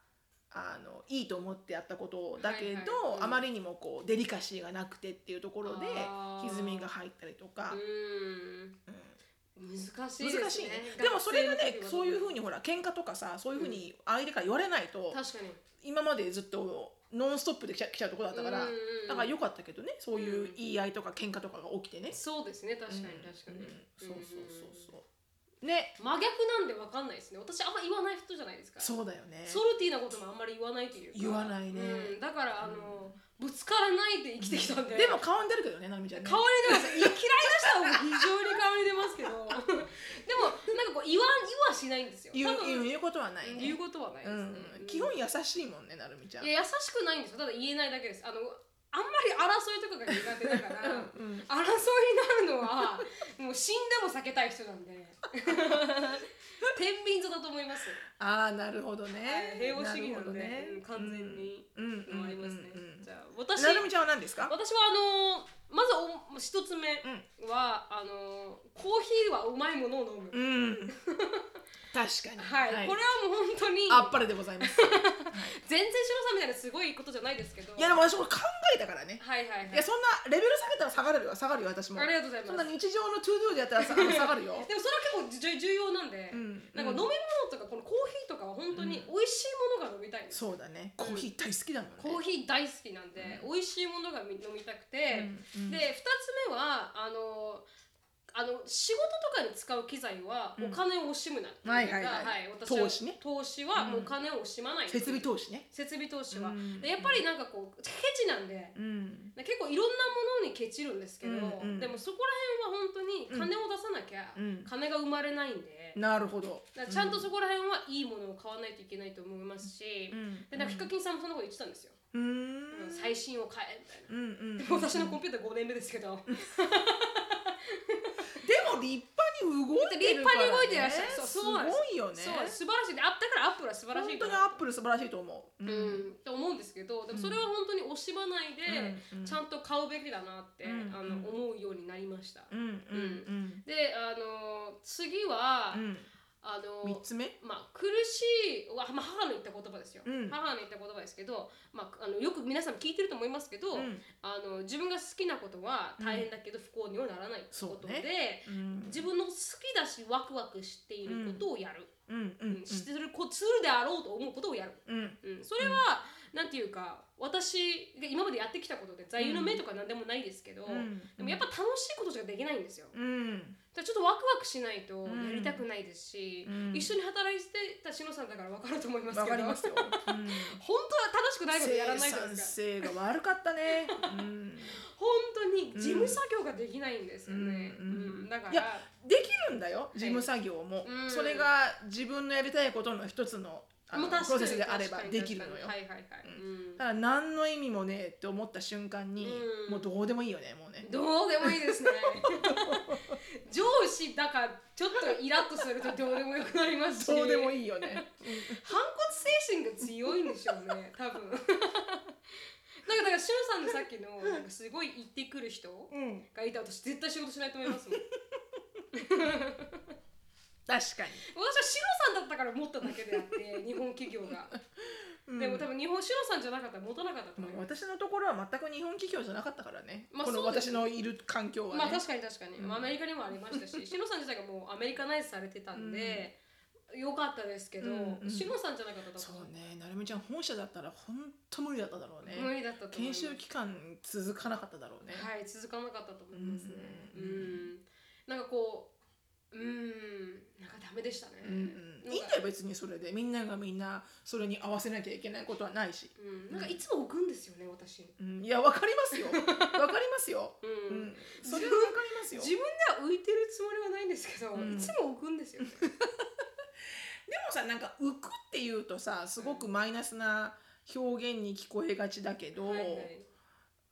あのいいと思ってやったことだはけど、いはいうんあまりにもこうデリカシーがなくてっていうところであー歪みが入ったりとか、うん難しいですね。難しいねでもそれがねそういうふうににほら喧嘩とかさそういうふうに相手から言われないと、確かに今までずっとノンストップで来ちゃ来ちゃうところだったから、うんうんうんだから良かったけどねそういううん言い合いとか喧嘩とかが起きてね。そうですね確かに確かに、うんそうそうそううそう。ねん真逆なんでわかんないですね私あんま言わない人じゃないですかそうだよね。ソルティーなこともあんまり言わないというか言わないねうんだからあの、ぶつからないで生きてきたんででも顔に出るけどねなみちゃんね。顔に出ます嫌いな人は非常に顔に出ますけど [LAUGHS] でもなんかこう言わ言わしないんですよ言う多言う分言うことはないね。言うことはないですね、うん、基本優しいもんねなるみちゃん。いや優しくないんですよただ言えないだけですあのあんまり争いとかが苦手だから [LAUGHS] うん争いになるのはもう死んでも避けたい人なん [LAUGHS] で天秤座だと思います、ああなるほどね、はい平和主義なんで、るほどうん完全にうんうんうん終わりますね、うんうんじゃあ私なるみちゃんは何ですか私はあのーまずお一つ目は、あのーコーヒーはうまいものを飲む、うん [LAUGHS] 確かにはい、これはもう本当にあっぱれでございます [LAUGHS] 全然白さんみたいなすごいことじゃないですけどいやでも私これ考えたからねはいはいはいいやそんなレベル下げたら下がるよ下がるよ私もありがとうございますそんな日常のトゥードゥでやったらさあの下がるよ [LAUGHS] でもそれは結構じゅ重要なんで、うんなんか飲み物とかこのコーヒーとかは本当に美味しいものが飲みたいんです、そうだねコーヒー大好きだもんねコーヒー大好きなんで、美味しいものがみ飲みたくて、うんうんで2つ目はあのあの仕事とかに使う機材はお金を惜しむなっていうのが、はいはいはい私は投資ね投資はもうお金を惜しまない、設備投資ね設備投資は、うんでやっぱりなんかこうケチなんで、うん結構いろんなものにケチるんですけど、うんうんでもそこら辺は本当に金を出さなきゃうん金が生まれないんで、なるほどだからちゃんとそこら辺はいいものを買わないといけないと思いますし、うんでなんかヒカキンさんもそんなこと言ってたんですよ、ううんん最新を買えみたいな、うんうんでも私のコンピューター5年目ですけど、でも立派に動いてるから、立派ね、に動いてらっしゃるそうそうなんですすごいよねそう素晴らしいであだからアップルは素晴らしいと本思当にうアップル素晴らしいと思う、うん、と思うんですけどでもそれは本当に惜しまないで、うんうんちゃんと買うべきだなって、うんあうのん思うようになりました、うんうんであの次は、うんあの三つ目まあ、苦しいは、まあ、母の言った言葉ですよ、うん母の言った言葉ですけど、まあ、あのよく皆さん聞いてると思いますけど、うんあの自分が好きなことは大変だけど不幸にはならないってことで、そううん自分の好きだしワクワクしていることをやる、うんううんんしてるこするであろうと思うことをやる、うんうん、それは、なんていうか私が今までやってきたことで座右の銘とか何でもないですけど、うんでもやっぱ楽しいことしかできないんですよ。うんだからちょっとワクワクしないとやりたくないですし、うん一緒に働いてたしのさんだから分かると思いますわけどかりますよ、うん、 [LAUGHS] 本当は楽しくないことやらないじゃない生産ですか性が悪かったね、うん、本当に事務作業ができないんですよね、ううんんうんだからいやできるんだよ事務作業も、うんそれが自分のやりたいことの一つのあのもうプ確かロにセスであれば確かにできるの確よ、かにはいはいはい、うんただ何の意味もねえって思った瞬間に、うんもうどうでもいいよねも [LAUGHS] うねどうでもいいですね上司だからちょっとイラッとするとどうでもよくなりますしどうでもいいい [LAUGHS] よね反骨精神が強いんでしょうね多分なんかだからしのさんのさっきのなんかすごい言ってくる人、うんがいたら私絶対仕事しないと思いますもん確かに私はシロさんだったから持っただけであって日本企業が、でも多分日本シロさんじゃなかったら持たなかったとま思いあます、私のところは全く日本企業じゃなかったからね、まあこのそうで私すのいる環境はまあね、確かに確かに、うんまあアメリカにもありました [LAUGHS] しシロさん自体がもうアメリカナイズされてたんで、よかったですけど、うんうんシロさんじゃなかったとそうねなるみちゃん本社だったら本当無理だっただろうね、無理だったと思い研ます修期間続かなかっただろうね、はい続かなかったと思いますねううんん、なんかこううんなんかダメでしたね、うんなうん、かいいんだよ別にそれでみんながみんなそれに合わせなきゃいけないことはないし、うん、なんかいつも置くんですよね私、 [LAUGHS] うん、いやわかりますよわかりますよ、うんうん、それはわかりますよ自分では浮いてるつもりはないんですけど、うんいつも浮くんですよね、でもさなんか浮くっていうとさすごくマイナスな表現に聞こえがちだけど、はいはい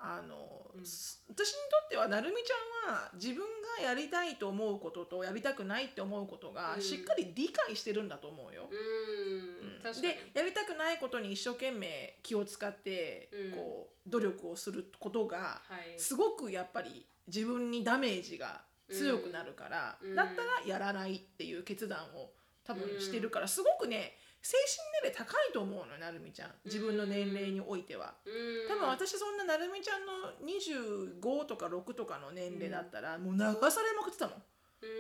あの、うんす私にとってはなるみちゃんは自分がやりたいと思うこととやりたくないって思うことがうんしっかり理解してるんだと思うよ。ううんん確かにでやりたくないことに一生懸命気を使って、うんこう努力をすることがはいすごくやっぱり自分にダメージが強くなるから、うんだったらやらないっていう決断を多分してるから、すごくね精神年齢高いと思うのよなるみちゃん自分の年齢においては。うん多分私そんななるみちゃんの25とか6とかの年齢だったら、もう流されまくってたもん、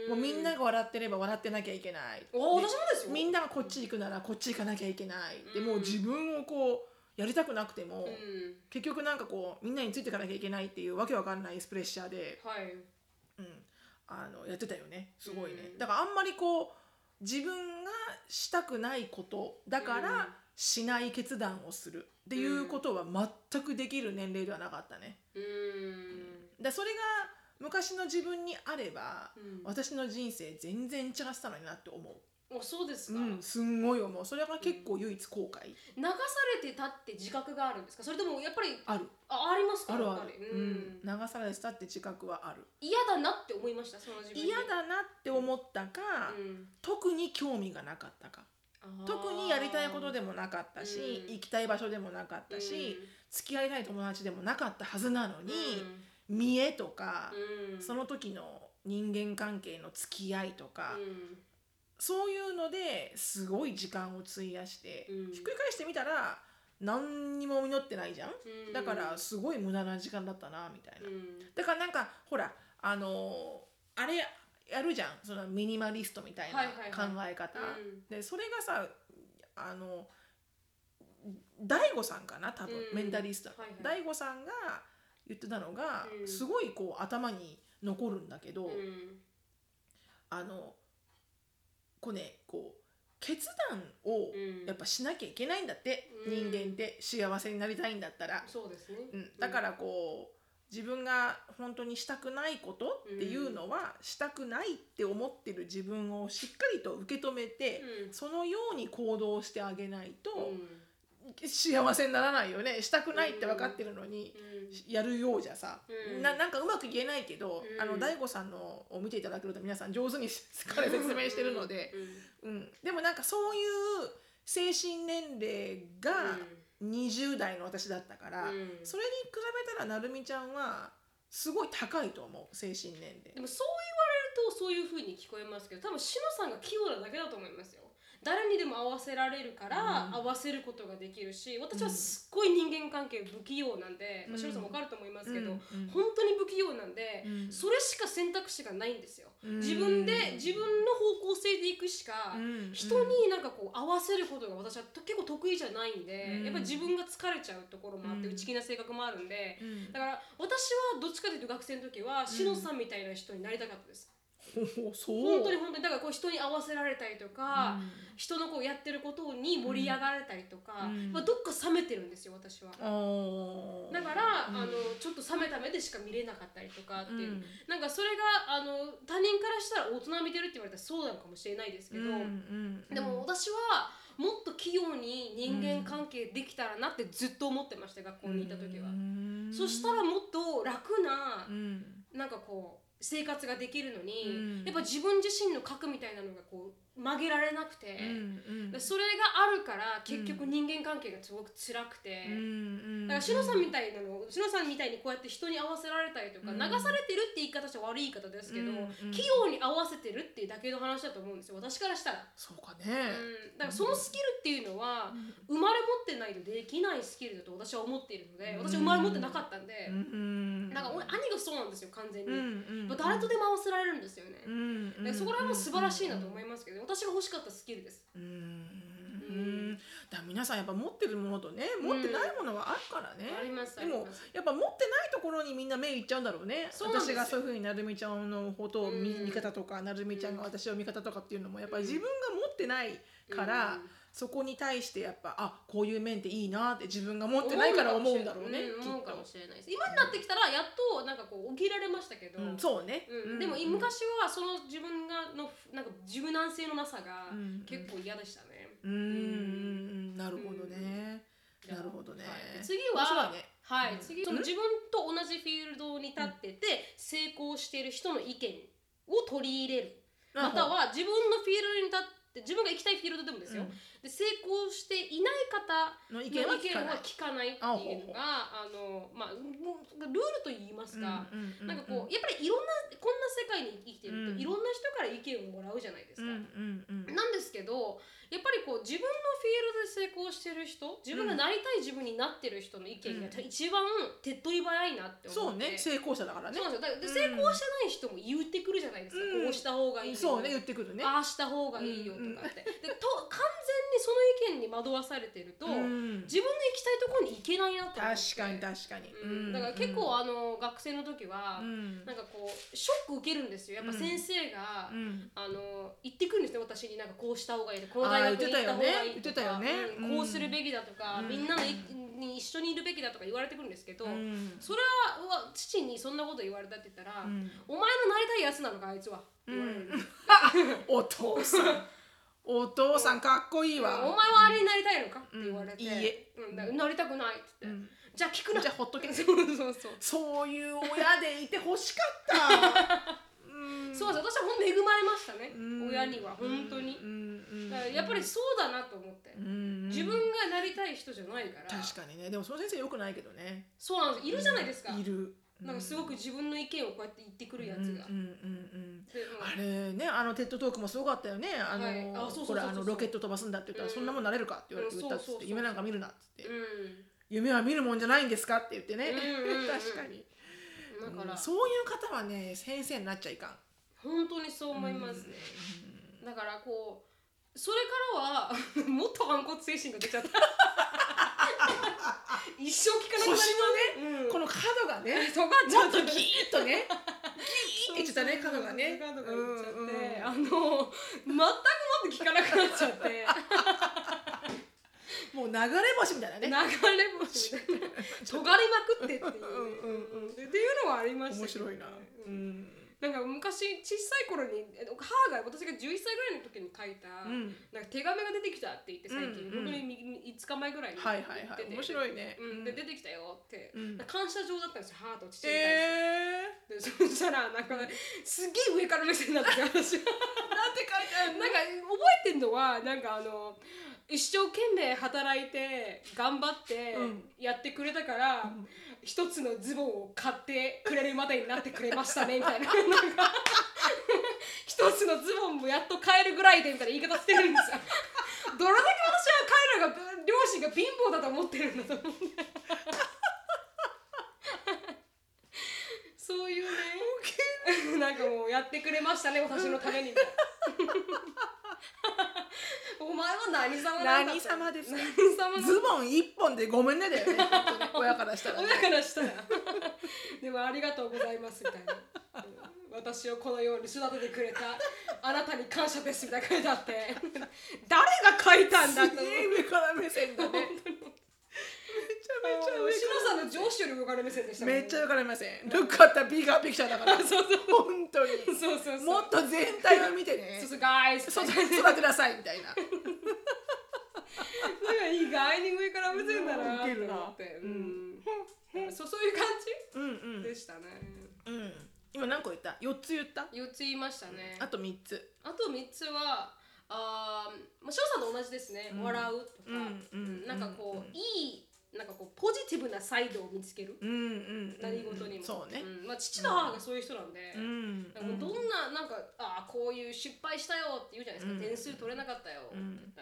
もうみんなが笑ってれば笑ってなきゃいけないおで私もですよみんながこっち行くならこっち行かなきゃいけない、でもう自分をこうやりたくなくても、うん結局なんかこうみんなについていかなきゃいけないっていうわけわかんないプレッシャーで、はいうん、あのやってたよねすごいね、うんだからあんまりこう自分がしたくないことだから、うんしない決断をするっていうことは全くできる年齢ではなかったね。うんだそれが昔の自分にあれば、うん私の人生全然違ってたのになって思おそうですう、か、うん、すんごい思うそれが結構唯一後悔流されてたって自覚があるんですかそれともやっぱりあるあありますかあるやっあぱりる、ううんん、流されてたって自覚はある嫌だなって思いましたその自分に嫌だなって思ったか、うん特に興味がなかったかあー特にやりたいことでもなかったし、うん行きたい場所でもなかったし、付き合いたい友達でもなかったはずなのうんに、見栄とか、うんうんその時の人間関係の付き合いとか、うんそういうのですごい時間を費やして、うんひっくり返してみたら何にも実ってないじゃん、うんだからすごい無駄な時間だったなみたいな、うんだからなんかほらあのーあれやるじゃんそのミニマリストみたいなはい考はいえは方、いうんでそれがさあの大悟さんかな多分、うんメンタリストはいはい大悟、さんが言ってたのが、うんすごいこう頭に残るんだけど、うんあのこうねこう決断をうんやっぱしなきゃいけないんだって、うん人間って幸せになりたいんだったら、そうですね、うん、だからこう自分が本当にしたくないことっていうのは、したくないって思ってる自分をしっかりと受け止めて、うんそのように行動してあげないとう、んうん幸せにならないよねしたくないって分かってるのに、やるようじゃさ、うんななんかうまく言えないけど、うんあの大悟さんのを見ていただけると皆さん上手に彼説明してるので、うん、でもなんかそういう精神年齢が20代の私だったから、うんそれに比べたらなるみちゃんはすごい高いと思う精神年齢で。もそう言われるとそういう風に聞こえますけど多分しのさんが器用なだけだと思いますよ誰にでも合わせられるから、うん合わせることができるし私はすっごい人間関係不器用なんで、うんまあ、しのさんも分かると思いますけど、うんうん本当に不器用なんで、うんそれしか選択肢がないんですよ、うん自分で自分の方向性でいくしか、うん人になんかこう合わせることが私は結構得意じゃないんで、うんやっぱり自分が疲れちゃうところもあって、う内ん気な性格もあるんで、うんだから私はどっちかというと学生の時はしのさんみたいな人になりたかったです、ほうそう本当に本当にだからこう人に合わせられたりとか、人のこうやってることに盛り上がれたりとか、うんまあ、どっか冷めてるんですよ私は。うんだから、うんあのちょっと冷めた目でしか見れなかったりとかっていう、うんなんかそれがあの他人からしたら大人見てるって言われたらそうなのかもしれないですけど、うんうんうんでも私はもっと器用に人間関係できたらなってずっと思ってました学校にいた時は、うんそしたらもっと楽なうんなんかこう生活ができるのに、うんやっぱ自分自身の核みたいなのがこう曲げられなくて、うんうんそれがあるから結局人間関係がすごく辛くて。うんだからしのさんみたいなのしのさんみたいにこうやって人に合わせられたりとか、うん流されてるって言い方して悪い言い方ですけど、うんうん器用に合わせてるっていうだけの話だと思うんですよ私からしたら、そうかうね、ん、だからそのスキルっていうのは、生まれ持ってないとできないスキルだと私は思っているのでうん私は生まれ持ってなかったんで、うんなんか俺兄がそうなんですよ完全に、うんうんまあ誰とでも合わせられるんですよね、うんうだからんそこら辺も素晴らしいなと思いいますけど、私が欲しかったスキルですうんううんんだから皆さんやっぱ持ってるものとね持ってないものはあるからね、ありますあでりもますやっぱ持ってないところにみんな目いっちゃうんだろうねそうなんです私よがそういうふうになるみちゃんのことを見,、うん見方とかなるみちゃんが私を見方とかっていうのもやっぱり自分が持ってないから、うんそこに対してやっぱあこういう面っていいなって自分が持ってないから思うんだろうねんきっ思うかもとしれないです今になってきたらやっとなんかこう起きられましたけど、うんそうねうんうんでも昔はその自分がのなんか柔軟性のなさがうん結構嫌でしたね、うんうんうんなるほどねじゃあなるほどねはい次面白はいねはい、うん次その自分と同じフィールドに立ってて成功している人の意見を取り入れるまたは自分のフィールドに立って自分が行きたいフィールドでもですよ、うで成功していない方んの意意見見はは聞かない聞かないっていうのがあの、まあ、もうルールと言いますか、うんうんうんなんかこうやっぱりいろんなこんな世界に生きてると、うんいろんな人から意見をもらうじゃないですうんか。うんうんなんですけどやっぱりこう自分のフィールドで成功してる人自分がなりたい自分になってる人の意見がうん一番手っ取り早いなってそ思うって、ね成功者だからねそうなんですよだからでうん成功してない人も言ってくるじゃないですか、うんこうした方がいいよそうね言ってくるねああした方がいいよとかって、でと完全にその意見に惑わされてると、うん自分の行きたいところに行けないなって思って確かに確かにうん、だから結構あの学生の時は、うんなんかこうショック受けるんですよやっぱ先生が、うんあの言ってくるんですね私になんかこうした方がいいとこのあー大学に行った方がいい言ってとたよかねう言ってたよねんうんこうするべきだとか、うんみんなのいに一緒にいるべきだとか言われてくるんですけど、うんそれはうわ父にそんなこと言われたって言ったら、うんお前のなりたいやつなのかあいつは、って言われるんですよお父さんお父さんかっこいいお前わはあれになりたいのか、って言われてうんいいえうんだからなりたくないって言って、うんじゃあ聞くなじゃあほっとけそうそうそうそういう親でいてほしかったう [LAUGHS] んそうです私は本当に恵まれましたね、うん親には本当にう、んうんだからやっぱりそうだなと思って、うん自分がなりたい人じゃないから確かにねでもその先生よくないけどねそうなんですいるじゃないですか、いるなんかすごく自分の意見をこうやって言ってくるやつが、うんうんうんでもうあれねあのテッドトークもすごかったよねあの、はいあそうそうそうそうこれあのロケット飛ばすんだって言ったら、うんそんなもんなれるかって言われてうん言ったっつって、そうそうそう夢なんか見るなっつって、う夢は見るもんじゃないんですかって言ってね、うんうんうん [LAUGHS] 確かに、んだから、そういう方はね先生になっちゃいかん本当にそう思いますね、だからこうそれからはもっと反骨精神が出ちゃった [LAUGHS] 一生聞かなくなりますうんこの角がねそこはちちょょっっととギーッとねギーッて言っちゃったねそうそう角がね角が言っちゃって、うんあの全くもって聞かなくなっちゃってうんもう流れ星みたいな流 [LAUGHS] ねれ星みたいな [LAUGHS] 尖りまくってっていうね、うんうんうんでっていうのはありました面けど白いな、ううんんなんか昔小さい頃にえっと母が私が11歳ぐらいの時に書いた、うんなんか手紙が出てきたって言って最近、うんうん本当にみ5日前ぐらいにはいはい言っはていて面白いね、うん、で出てきたよって、うん感謝状だったんですよ母と父に対して、えーでそしたらなんかすげえ上から目線になってて私はなんて書いてあるなんか覚えてんのはなんかあの一生懸命働いて頑張ってうんやってくれたから、一つのズボンを買ってくれるまでになってくれましたねみたいななんか一つのズボンもやっと買えるぐらいでみたいな言い方してるんですよ。どれだけ私は彼らが両親が貧乏だと思ってるんだ [LAUGHS] と思うそういうね [LAUGHS] なんかもうやってくれま [LAUGHS] したね私のために [LAUGHS] お前は何様なんだ何様ですか何様なんだ [LAUGHS] ズボン一本でごめんねだよね本当に [LAUGHS] 親からしたらね親から [LAUGHS] したらでもありがとうございますみたいな [LAUGHS] うん私をこのように育ててくれたあなたに感謝ですみたいな書いてあって誰が書いたんだっすてげえ上から目線だねめちゃめちゃ上しのさんの上司より上から目線でしたもんめっちゃ上から目線ルックアッタビーガーピクチャー [LAUGHS] だから本そうそう当にそうそうそうもっと全体を見てねそうそうガイズ育そうてなさいみたいな意外に上から目線だなうんウケるとな思って、ううん、そうそういう感うんうじんでしたねうん今何個言った四つ言った4つ言いましたねあと三つあと3つはあーまあ翔さんと同じですね、うん笑うとか、うんうんなんかこう、うんいいなんかこうポジティブなサイドを見つける、うんうん何事にもそうねんまあ、父と母がそういう人なんで、うんなんかもうどんななんかあーこういう失敗したよって言うじゃないですか、うん点数取れなかったよ、うん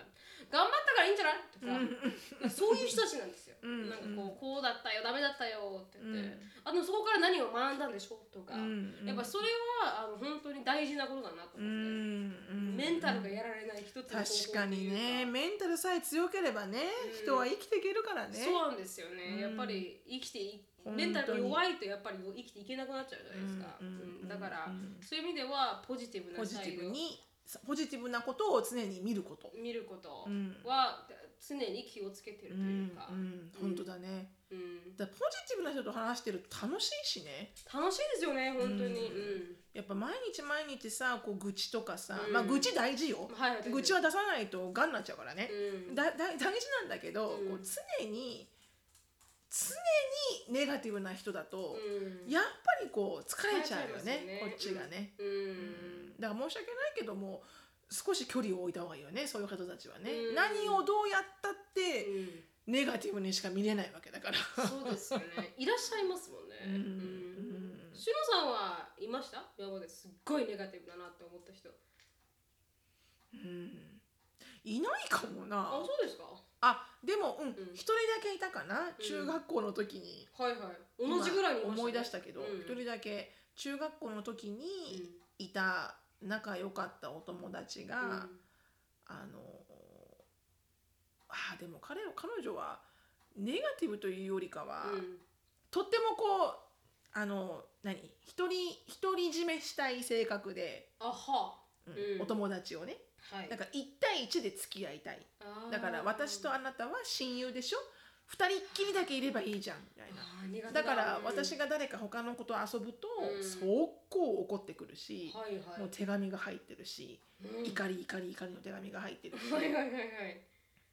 頑張ったからいいんじゃないとうんうか、んそういう人たちなんですよ、うんなんかこうこうだったよダメだったよって言って、うんあでもそこから何を学んだんでしょとか、うんやっぱそれはあの本当に大事なことだなと思って。うんメンタルがやられない人っていう方法確かにねっていうかメンタルさえ強ければね、うん人は生きていけるからねそうなんですよね、うんやっぱり生きてい本当メにンタルが弱いとやっぱり生きていけなくなっちゃうじゃないですか、うんうんうんうんだから、うんそういう意味ではポジティブポなジサテイィドブにさポジティブなことを常に見ること。見ることうんは常に気をつけてうるというんか、うん、本当だね。うんだからポジティブな人と話してると楽しいしね。楽しいですよね本当に、うんやっぱ毎日毎日さこう愚痴とかさ、うんまあ愚痴大事よ、はいはい、愚痴は出さないとがんになっちゃうからね、うん、だだ大事なんだけど、うんこう常に常にネガティブな人だと、うん、やっぱりこう疲れちゃう疲れちゃいまよねすよねこっちがね、ううんんだから申し訳ないけども少し距離を置いた方がいいよねそういう方たちはね、うん何をどうやったってうんネガティブにしか見れないわけだから。そうですよね。いらっしゃいますもんね。うんうんしのさんはいました今まですっごいネガティブだなって思った人。うんいないかもなあ、そうですかはあでもうん一、うん人だけいたかな中学校の時に、いはい。同じぐらいに今思い出したたけどうん一、人だけ中学校の時ね。にいた仲良かったお友達が、うんあのあでも彼彼女はネガティブというよりかは、うんとってもこうあの何一人独り占めしたい性格で、あは。うんうんお友達をねはいだ。から1対1で付き合いたいあーだから私とあなたは親友でしょ2人っきりだけいればいいじゃんみたいなあー苦手だから私が誰か他の子と遊ぶとうん速攻怒ってくるしはいはい。もう手紙が入ってるしうん怒り怒り怒りの手紙が入ってる [LAUGHS] しはいはいはいはい。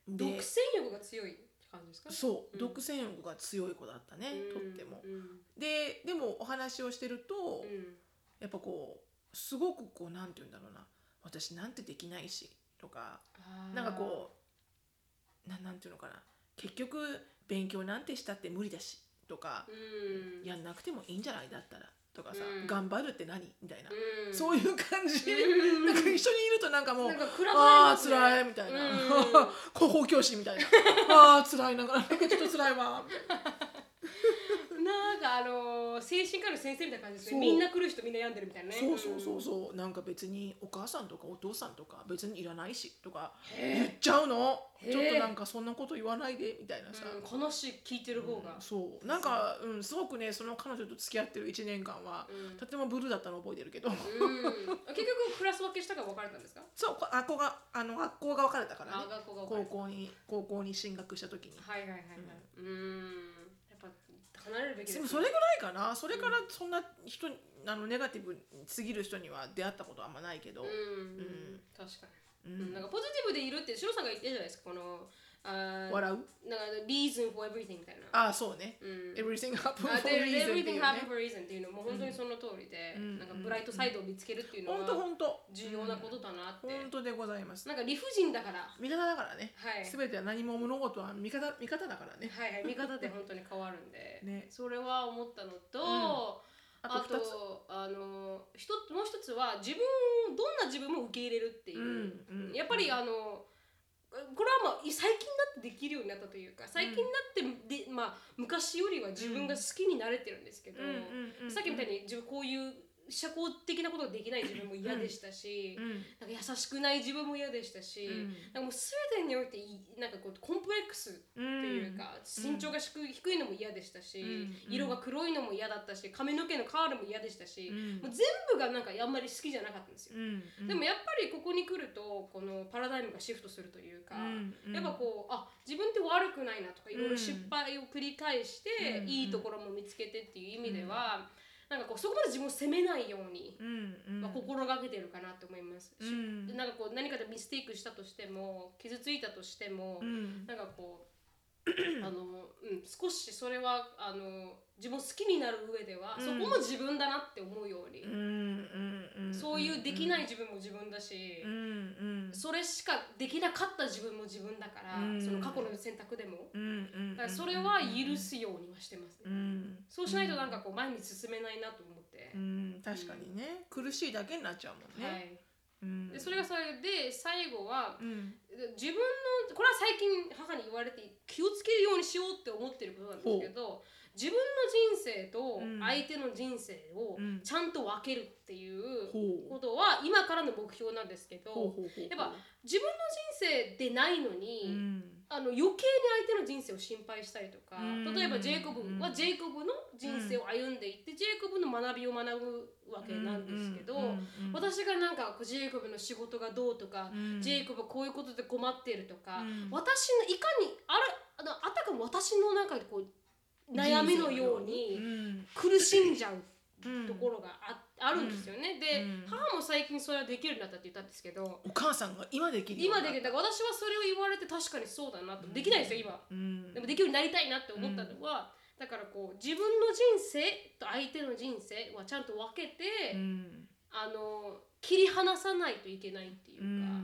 独で占欲が強いって感じですかそううん独占欲が強い子だったねとってもうん。ででもお話をしてるとうんやっぱこうすごくこうなんて言うんだろうな私なんてできないしとかあーなんかこうななんていうのかな結局勉強なんてしたって無理だしとか、うん。やんなくてもいいんじゃないだったらとかさ、うん頑張るって何みたいな、うんそういう感じ、うんなんか一緒にいるとなんかもう、なんか暗くなりあまあすね辛いみたいうな、ん [LAUGHS] 高校教師みたいなああ辛いなんかなんかちょっと辛いわみたいななんかあのー精神科の先生みたいな感じですそうねみんな来る人みんな病んでるみたいなねそうそうそううそうなんか別にお母さんとかお父さんとか別にいらないしとか言っへちゃうのへえちょっとなんかそんなこと言わないでみたいなさ、うん、悲しい聞いてる方が、うんそうなんか、うん、すごくねその彼女と付き合ってる1年間は、うんとてもブルーだったのを覚えてるけど、 [LAUGHS] うん結局クラス分けしたから別れたんですかそうこあこがあの学校が別れたからねあ学校が別れ高た校に高校に進学した時に、はいはいはいはいうんやっぱ離れるべきですでねもそれぐらいかなそれからそんな人にあのネガティブすぎる人には出会ったことはあんまないけど、うん、うん確かに、うんうん、なんかポジティブでいるってシロさんが言ってるじゃないですかこのあー笑うなんか reason for everything みたいなああそうね、うん、 everything happens あ for で a reason ってい everything うね happens for a reason っていうのも本当にその通りで、うんなんかブライトサイドを見つけるっていうのは、本当本当重要なことだなって、本当でございますなんか理不尽だからは味方だからね、い全ては何も物事は味方味方だからねはいはい見方で本当に変わるんで、 [LAUGHS] ねそれは思ったのと、ああとと2つあの一つもう一つは自分をどんな自分も受け入れるっていう、うんうんやっぱりあのこれはまあ最近になってできるようになったというか最近になってで、まあ、昔よりは自分が好きになれてるんですけど、さっきみたいに、に自分こういう社交的なことができない自分も嫌でしたし、うんなんか優しくない自分も嫌でしたし、うんなんかもう全てにおいていなんかこうコンプレックスってうんいうか、身長が低い低いのも嫌でしたし、うん色が黒いのも嫌だったし髪の毛のカールも嫌でしたし、うもんう全部がなんかあんまり好きじゃなかったんですよ。うんうんでもやっぱりここに来るとこのパラダイムがシフトするというか、うんうんやっぱこうあ自分って悪くないなとかいろいろ失敗を繰り返して、うんいいところも見つけてっていう意味では、なんかこうそこまで自分を責めないように、うんうんまあ、心がけてるかなと思います、しうんなんかこう何かでミステイクしたとしても傷ついたとしても、うんなんかこう [CLEARS THROAT] あの、うん、少しそれはあの自分を好きになる上では、うんそこも自分だなって思うように。うんうんうんそういうできない自分も自分だし、うんうんそれしかできなかった自分も自分だから、うんその過去の選択でも、うんうんうんだからそれは許すようにはしてます、ねうんそうしないとなんかこう前に進めないなと思ってう、ん確かにね苦しいだけになっちゃうもんはねい、うんでそれがそれで最後はうん自分のこれは最近母に言われて気をつけるようにしようって思ってることなんですけど自分の人生とうん相手の人生をうんちゃんと分けるっていうこほうとは今からの目標なんですけほどうほうほうやっぱ自分の人生でないのうに、んあの余計に相手の人生を心配したりとかうん例えばジェイコブうはんジェイコブの人生を歩んでいってジェイコブの学びを学ぶわけなんですけど、うんうんうん私がなんかジェイコブの仕事がどうとか、うんジェイコブはこういうことで困ってるとか、うん私のいかにあれあのあたかも私のなんかこう悩みのよう人に生のように苦しんじゃううんところがあ,、あるんですよね。で、うん母も最近それはできるようになったって言ったんですけどお母さんが今できるよう今にでなきるっだから私はそれを言われて確かにそうだなとできないですよ今。たうんでもできるようになりたいなって思ったのは、だからこう自分の人生と相手の人生はちゃんと分けて、うんあの切り離さないといけないっていううか,、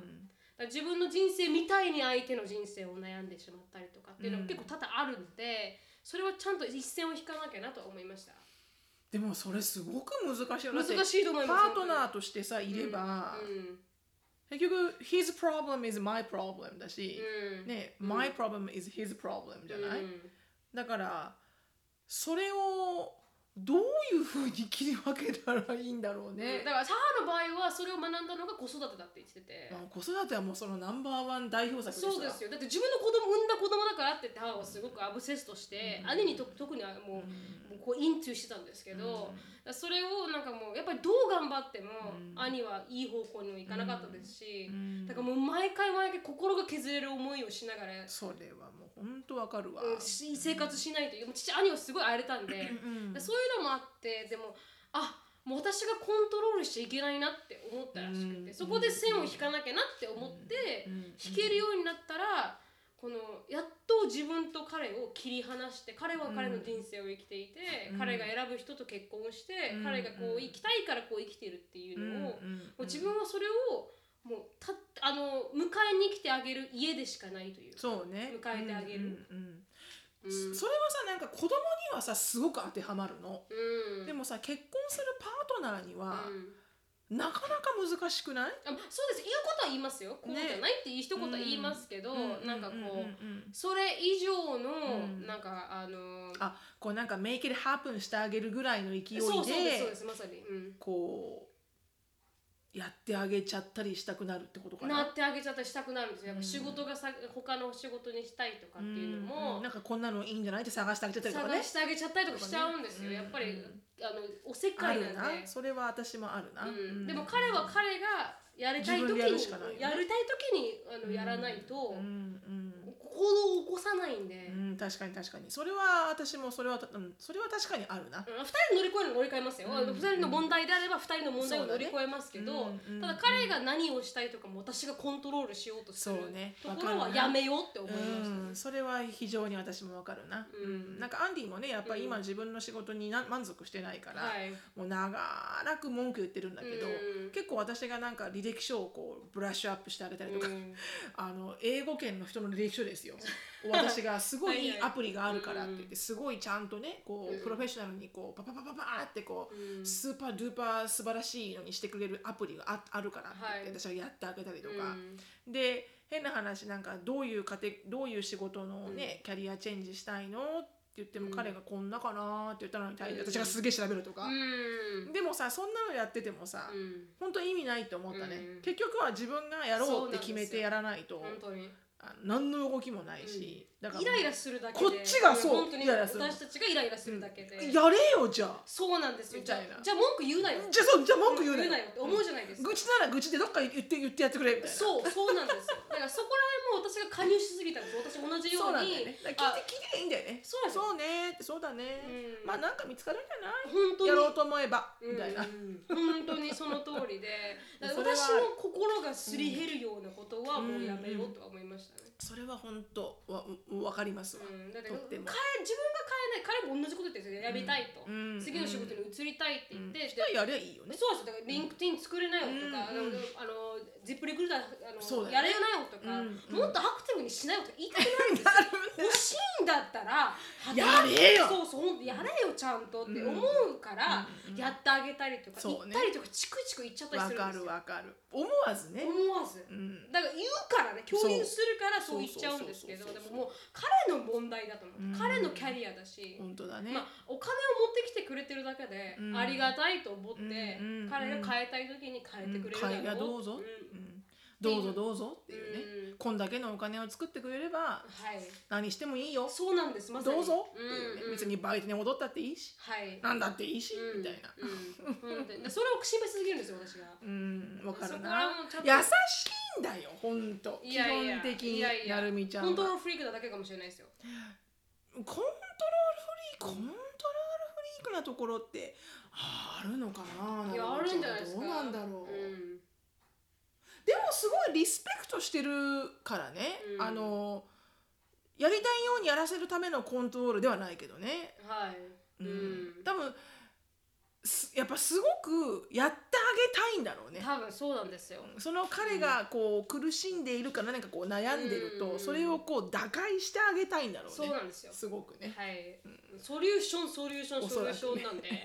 だからん自分の人生みたいに相手の人生を悩んでしまったりとかっていうのうがん結構多々あるんでそれはちゃんと一線を引かなきゃなと思いましたでもそれすごく難しいよだって難しいと思いますパートナーとしてさいれば、うん結局「his problem is my problem」だし、うんね、うん my problem is his problem」じゃない、うんだからそれをどういうふうに切り分けたらいいんだろうねだ、から母の場合はそれを学んだのが子育てだって言ってて、まあ、子育てはもうそのナンバーワン代表作でさそうですよだって自分の子供産んだ子供だからって言って母はすごくアブセスとして、うん姉にと特にはもう,、うんもうこうインチューしてたんですけど、だからそれをなんかもうやっぱりどう頑張っても、うん兄はいい方向にもいかなかったですしう、んだからもう毎回毎回心が削れる思いをしながら、うんそれはもう本当わかるわ、し生活しないという父兄はすごい会えれたんで、うんそういうのもあってでもあもう私がコントロールしちゃいけないなって思ったらしくて、うんそこで線を引かなきゃなって思って。うん弾けるようになったらこのやっと自分と彼を切り離して彼は彼の人生を生きていて、うん彼が選ぶ人と結婚して、うん彼がこう生きたいからこう生きてるっていうのを、もんんう自分はそれをもうたあの迎えに来てあげる家でしかないというかそうね迎えてあげる、うんうんううんんそれはさなんか子供にはさすごく当てはまるの、うんでもさ結婚するパートナーにうんは、なかなか難しくないあそうです言うことは言いますよこうじゃないって一言は言いますけど、なんかこう、うんうんうんそれ以上の、うんなんかあのあこうなんか make it happen してあげるぐらいの勢いでそうそうですそうですまさに、うん、こうやってあげちゃったりしたくなるってことかななってあげちゃったりしたくなるんですよ。やっぱうん仕事がさ、他の仕事にしたいとかっていうのんもん、なんかこんなのいいんじゃないって探してあげちゃったりとかね探してあげちゃったりとかしちゃうんですよ。うんやっぱうりんあのおせっかあいなんるで。なそれは私もあるな、うんでも彼は彼がやりたい時自分にでやるしかないよねやりたい時にあのやらないとうんうん行動を起こさないんで。ううんん、確かに確かにそれは私もそれはた、うん、それは確かにあるな、二人乗り越えるの乗り越えますよ、うんあの二人の問題であれば二人の問題を乗り越えますけそうど、だねうんただ彼が何をしたいとかも私がコントロールしようとするそうねところわかはるなやめようって思いましたね、うん、それは非常に私もわかるな、うんなんかアンディもねやっぱり今うん自分の仕事にな満足してないから、はい、もう長らく文句言ってるんだけど、うん結構私がなんか履歴書をこうブラッシュアップしてあげたりとか、うんあの英語圏の人の履歴書ですよ私がすごいいいはいはいアプリがあるからって言っうんてすごいちゃんとねこうんうプロフェッショナルにこうパパパパパーってこうんうスーパードゥーパー素晴らしいのにしてくれるアプリがああるからって言って私はやってあげたりとか。で変な話なんかどういう家庭どういう仕事のね、キャリアチェンジしたいのって言っても彼がこんなかなって言ったのに対してうん私がすげえ調べるとか、うんでもさそんなのやっててもさ、うん本当意味ないと思ったね、うん結局は自分がやろうって決めてやらないと本当にあ何の動きもないし、だからイライラするだけでこっちがそうん本当にイライラする私たちがイライラするだけで、やれよじゃあそうなんですよみたいなじゃあ文句言うなよじゃあそうじゃあ文句言うなよっよて思うじゃないですか、愚痴なら愚痴でどっか言って言ってやってくれみたいなそうそうなんですよだからそこら辺も私が加入しすぎたんです私同じよそううなんだよにねだあから聞いて聞いてりゃいいんだよねそうなんですよそうねそうだね、うんまあなんか見つかるんじゃない本当にやろうと思えば、うんみたいな。本当にその通りでだから [LAUGHS] それは私の心がすり減るようなことはもうやめようとは思いましたね、それは本当わうわかりますわ。うん、だってと変ってえ自分もが変えない彼も同じこと言ってるんですよやめたいと、うん次の仕事に移りたいって言って、うんで一人やりゃいいよね。そうですだからリンクティン作れない男か、うんうんあのあのジップリクルーターあのそうだよねやれなよとか、うんうんもっとアクティブにしなよとか言いたくなるんですよなる欲しいんだったら [LAUGHS] やれよそうそうほんとやれよちゃんとって思うから、うんうんやってあげたりとか、そう行っねたりとかチクチク言っちゃったりわするんかですよるわかる思わずね、思わずうん、だから言うからね共有するからそう言っちゃうんですけどそうでそうそうそうももう彼の問題だと思う、うん彼のキャリアだし、本当だね、まあ、お金を持ってきてくれてるだけでうんありがたいと思って、うんうん彼が変えたい時に変えてくれるだろうん彼がどうぞんうん、どうぞどうぞっていうね、うんこんだけのお金を作ってくれれはばい何してもいいよそうなんですまさにどうぞっていうね、んん別にバイトに戻ったっていいしはいなんだっていいし、うんみたいなうんうん、でそれを心配しすぎるんですよ私がうんわかそるこはなもうちょっと優しいんだよほんといやいや基本的にいやいやなるみちゃんコはントロールフリークなだけかもしれないですよコントロールフリークコントロールフリークなところってああるのかないやあるんじゃないですかどうなんだろう、うんでもすごいリスペクトしてるからね、うんあのやりたいようにやらせるためのコントロールではないけどね、はいうん、多分すやっぱすごくやってあげたいんだろうね多分そうなんですよ、その彼がこう苦しんでいるから何かこう悩んでると、うんそれをこう打開してあげたいんだろうそうねなんですよすごくね、はい、ソリューションソリューショおンそソリュらーくショねン [LAUGHS] なんで、は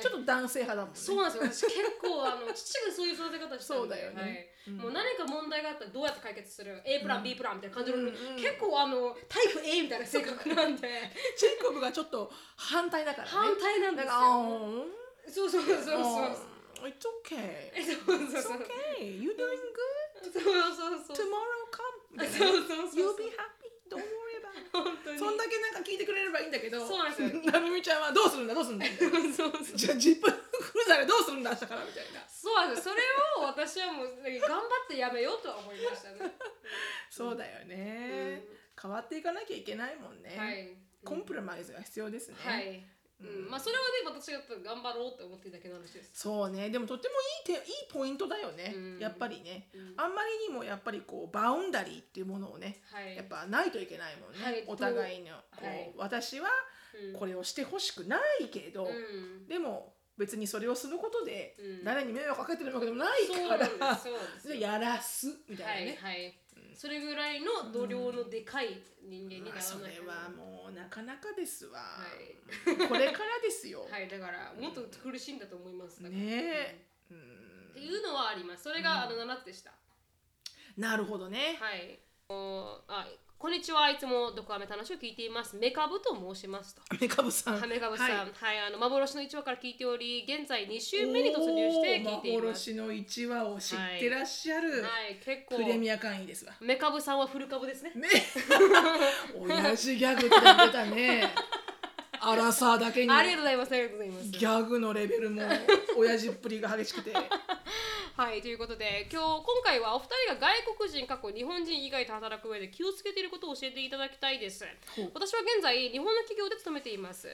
い、ちょっと男性派だもんねそうなんですよ私結構あの父がそういう育て方してたんでそうだよねはいうんもう何か問題があったらどうやって解決する A プラン B プランみたいな感じの、うんうん結構あのタイプ A みたいな性格なんでチェイコブがちょっと反対だからね反対なんでだすかよらあーそうそうそうそうそうあー It's okay えそうそう It's そう okay You're doing good そうそうそう Tomorrow そう come [LAUGHS] そうそう You'll be happy Don't worry about it 本当にそんだけなんか聞いてくれればいいんだけどそうなんですよ [LAUGHS] なるみちゃんはどうするんだどうするんだそう [LAUGHS] そうじゃあジップクルーザーでどうするんだしたからみたいなそうなんですそれを私はもう頑張ってやめようとは思いましたね、そうだよね変わっていかなきゃいけないもはんねいコンプラマイズが必要ですねはい、うん、まあそれはね私が頑張ろうと思ってるだけの話ですそうねでもとってもいいていいポイントだよねうんやっぱりねうんあんまりにもやっぱりこうバウンダリーっていうものをねはいやっぱないといけないもんね、はいお互いのこう、はい私はこれをしてほしくないけど、うん、うんでも別にそれをすることでうん誰に迷惑かけてるわけでもないそうかなんら、 [LAUGHS] ですそうなんですそれやらすみたいなね、はいはい、それぐらいの度量のでかい人間にならなまあ、いそれはもうなかなかですわ、はこれからですよ、はいだからもっと苦しいんだと思いますだからねうんえ、うんっていうのはありますそれがあの7つでした、なるほどね、はいおあこんにちはいつもドクアメ楽しく聞いていますメカブと申しますとメカブさんハメガブさん、はいはい、あの幻の1話から聞いており、現在2週目に突入して聞いています。おー幻の一話を知ってらっしゃる、はい、結構プレミア会員ですわメカブさんはフルカブですね。ね [LAUGHS] 親父ギャグって言ってたねアラサーだけにありがとうございます。ありがとうございます。ギャグのレベルも親父っぷりが激 [LAUGHS] しくてはい、ということで、今日、今回はお二人が外国人、過去日本人以外と働く上で気をつけていることを教えていただきたいですほう。私は現在、日本の企業で勤めています。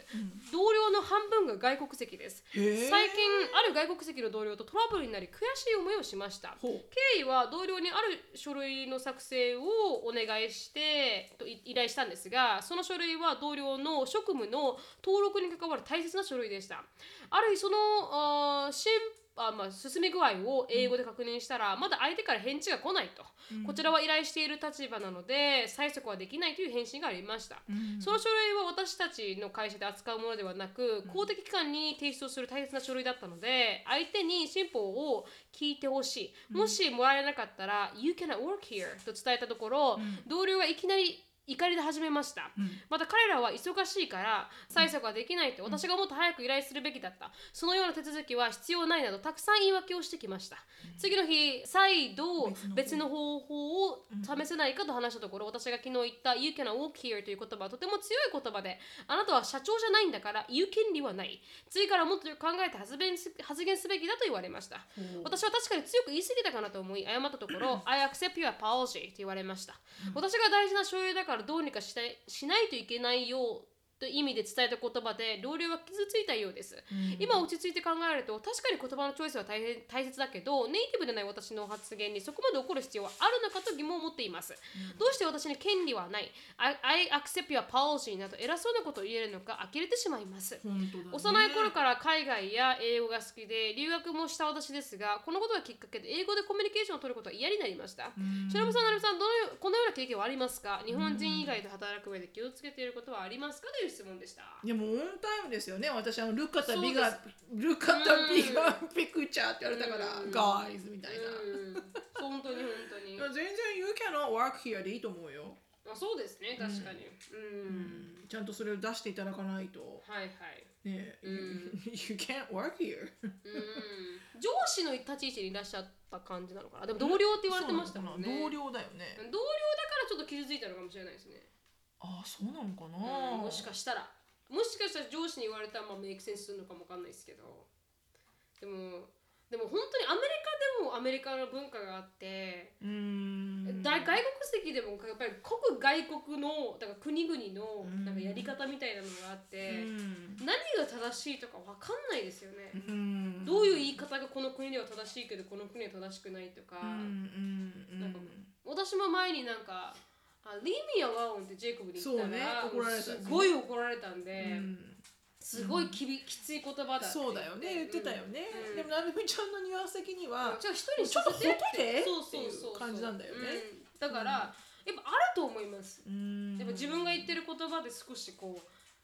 同僚の半分が外国籍です。へー最近、ある外国籍の同僚とトラブルになり、悔しい思いをしました。ほう経緯は同僚にある書類の作成をお願いしてとい依頼したんですがその書類は同僚の職務の登録に関わる大切な書類でしたある日そのあー進あまあ、進み具合を英語で確認したら、まだ相手から返事が来ないと、こちらは依頼している立場なので催促はできないという返信がありました、その書類は私たちの会社で扱うものではなく公的機関に提出をする大切な書類だったので相手に新法を聞いてほしいもしもらえなかったら「You cannot work here」と伝えたところ同僚がいきなり怒りで始めましたまた彼らは忙しいから催促ができないと私がもっと早く依頼するべきだったそのような手続きは必要ないなどたくさん言い訳をしてきました次の日再度別の方法を試せないかと話したところ私が昨日言った「You cannot walk here」という言葉はとても強い言葉であなたは社長じゃないんだから言う権利はない次からもっとよく考えて発言す発言すべきだと言われました私は確かに強く言い過ぎたかなと思い謝ったところ「I accept your apology」と言われました私が大事な所有だからどうにかしてしないといけないようと意味で伝えた言葉で同僚は傷ついたようですうん今落ち着いて考えると確かに言葉のチョイスは大変大切だけどネイティブでない私の発言にそこまで怒る必要はあるのかと疑問を持っています、どうして私に権利はない I, I accept your policy など偉そうなことを言えるのか呆れてしまいます本当だね幼い頃から海外や英語が好きで留学もした私ですがこのことがきっかけで英語でコミュニケーションを取ることは嫌になりましたうんしのぶさん、なるみさんどのよう、このような経験はありますか日本人以外で働く上で気をつけていることはありますかという質問でした。でもオンタイムですよね私あのルカタビそガルカタビガうピクチャーって言われたからうんガイズみたいうな、ん、本当に本当にい [LAUGHS] や。全然 You cannot work here でいいと思うよ、まあ、そうですね、確かに。うん。ちゃんとそれを出していただかないとはいはい。ね、うん [LAUGHS] You can't work here うん。上司の立ち位置にいらっしゃった感じなのかな。でも同僚って言われてましたもんね。そうなのかな同同僚だ僚だよねからちょっと傷ついたのかもしれないですね。ああそうなのかうんなもしかしたらもしかしたら上司に言われたらまあメイクセンスするのかもわかんないですけどでもでも本当にアメリカでもアメリカの文化があって、うーんだ外国籍でもやっぱり国外国のだから国々のうんなんかやり方みたいなのがあっうて、ん何が正しいとかわかんないですよね、うんどういう言い方がこの国では正しいけどこの国は正しくないとか、うんうんうんなんか私も前になんか「あリミアワオン」ってジェイコブに言ったら、そうね怒られたねすごい怒られたんで。うんすごいきび、きつい言葉だそうだよね言ってたよね、うんでもなるみちゃんのニュアンス的にうんは、じゃあ一人にちょっとさほっせてといてそうっそてういそうう感じなんだよね、うんだから、やっぱあると思いますうんやっぱ自分が言ってる言葉で少しこ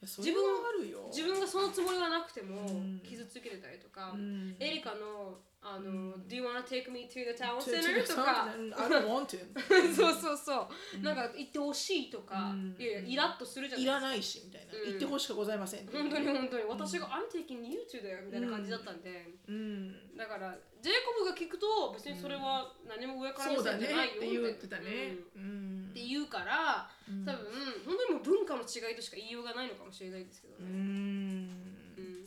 それはあるよう自分がそのつもりがなくてもうん傷つけてたりとか、うんエリカのあの、Do you wanna take me to the [LAUGHS] ち town ょ center?」とかちょちょ I don't want to そうそうそう、 [LAUGHS] なんか言ってほしいとか、うんいやいやイラッとするじゃないいですからないしみたいな、うん言ってほしくございません本当に本当に私が「I'm taking you to there」みたいな感じだったんで、うんだからジェイコブが聞くと別にそれは何も上からそ見うだせねてないよって言ってたねうんうんって言うからうん多分本当にもう文化の違いとしか言いようがないのかもしれないですけどうね、うんん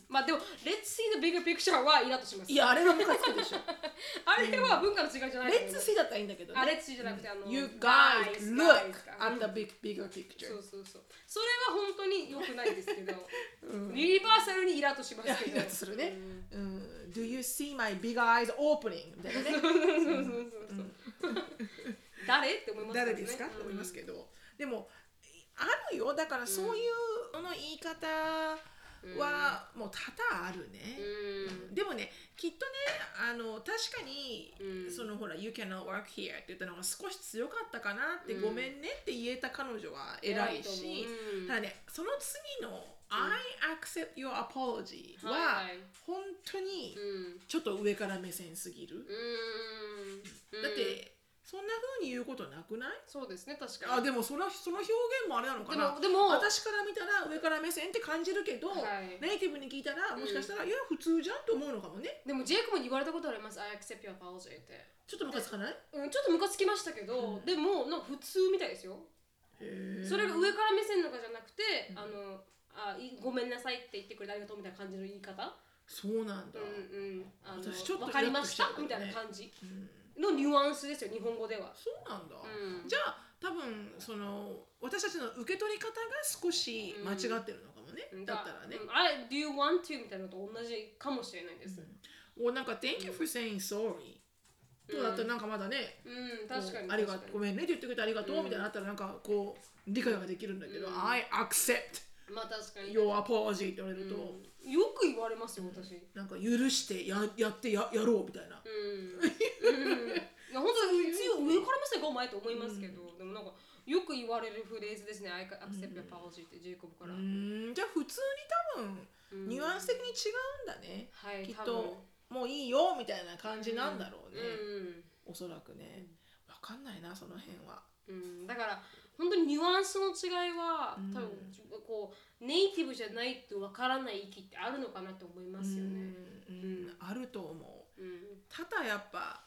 まあでも「Let's see the bigger picture」はイラッとしますいやあれがムカつくでしょあれ [LAUGHS] は文化の違いじゃないとレ思いッツますシーだったらいいんだけどねあレッツシーじゃなくてあの You guys, guys guys look か at the big bigger そ picture うそうそうそれは本当に良くないですけどうんユニバーサルにイラッとしますけどイラッとするねうんうん Do you see my big eyes opening? みたいなねそうそうそうそう。誰って思います誰ですかと思いますけど、でもあるよだからそういうの言い方はもう多々あるうね、ん。でもねきっとねあの確かに、うんそのほら「You cannot work here」って言ったのが少し強かったかなって、うんごめんねって言えた彼女は偉いし、うんただねその次の「I accept your apology は」はいはい本当にうん。ちょっと上から目線すぎる、うん。だってそんな風に言うことなくないそうですね確かあに。でもそのその表現もあれなのかなでもでも私から見たら上から目線って感じるけど、はいネイティブに聞いたらもしかしたら、いや普通じゃんと思うのかもねでもジェイコブに言われたことあります。I accept your apology って。ちょっとムカつかないうんちょっとムカつきましたけど、でもなんか普通みたいですよ。それが上から目線のかじゃなくて、あのあいごめんなさいって言ってくれてありがとうみたいな感じの言い方。そうなんだ、うんうん。あの私ちょっとわかりましたイラッとみたしちいゃうねな感じうんのニュアンスですよ日本語では。そうなんだ、うんじゃあ多分その私たちの受け取り方が少し間違ってるのかもね、だったらね、うんあれ、do you want to? みたいなのと同じかもしれないです。おなんか「Thank you for saying sorry」とかだったらなんかまだね、うん、確かに。ありがとうごめめんねって言ってくれてありがとうみたいなのあったらなんかこう理解ができるんだけど「I accept ん。まあ確かに。 your apology」って言われると、うんよく言われますよ、私。なんか許してややってややろうみたいな、うん。うん、いや本当に強い上から目線がお前と思いますけど、でもなんか、よく言われるフレーズですね、I accept your apology ってジェイコブから。うんじゃあ普通に多分ニュアンス的に違うんだね、はい、きっ多分ともういいよみたいな感じなんだろうね、うん。おそらくねわかんないなその辺はうん、だから本当にニュアンスの違いは多分、こうネイティブじゃないとわからない域ってあるのかなと思いますよね。うんうんあると思ううんただやっぱ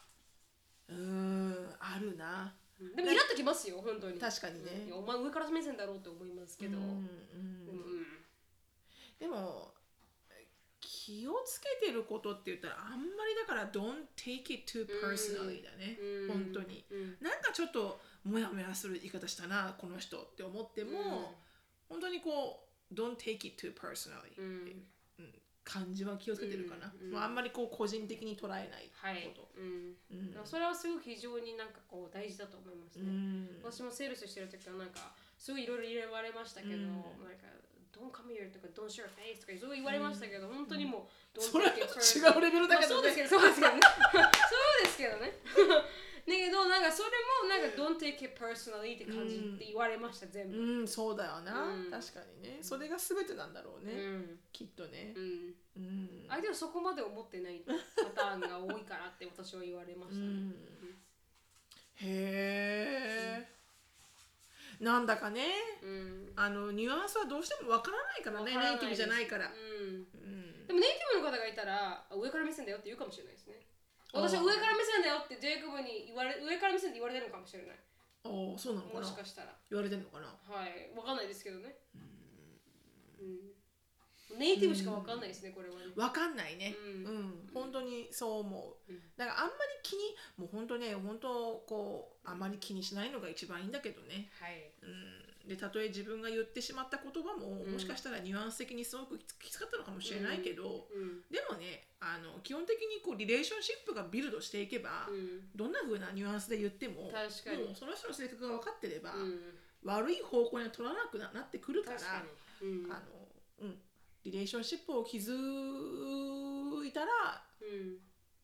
うーんあるなでもイラっときますよ本当に確かにうねんいやお前上から目線だろうと思いますけど、ううんうんでも気をつけてることって言ったらあんまりだから don't take it too personally だね、うん本当にうんなんかちょっとモヤモヤする言い方したなこの人って思っても、うん本当にこ don't take it too personally ってういうん感じは気をつけてるかな、うんうんまあ、あんまりこう個人的に捉えないはいこと、うん、うんだからそれはすごく非常になんかこう大事だと思いますうね、ん私もセールスしてる時はなんかすごいいろいろ言われましたけど、うんなんか「Don't come here」とか「Don't show your face」とかすごい言われましたけど、本当にもう「 [LAUGHS] それは take it 違うレベルだまあけそどうですねけど、そうですけどね。そうですけどね。だけど、なんかそれも、なんか、don't take it personally って感じって言われました、全部。うんそうだよな、うん確かにねそれが全てなんだろううね、ん。きっとねう、ん。うん [LAUGHS] 相手はそこまで思ってないパターンが多いからって私は言われまうしたね。んへえ、なんだかねうん。あのニュアンスはどうしてもわからないからねわからないネイティブじゃないから、うん。うんでもネイティブの方がいたら、あ上から目線だよって言うかもしれないですね。私はあー上から目線だよってジェイコブに言われ、上から目線って言われてるのかもしれない。ああそうなのもかなしかしたら。言われてんのかなはい。わかんないですけどね。うん。ネイティブしかわかんないですね、これはね。わかんないねうんうん、本当にそう思ううんだからあんまり気にもう本当ね本当こうあまり気にしないのが一番いいんだけどねはい。うんでたとえ自分が言ってしまった言葉も、うんもしかしたらニュアンス的にすごくきつかったのかもしれないけど、うん。でもねあの基本的にこうリレーションシップがビルドしていけば、うん。どんな風なニュアンスで言っても確かにもうその人の性格が分かってれば、うん悪い方向には取らなくななってくるから確かに。うん。あの、うん、リレーションシップを築いたらうん。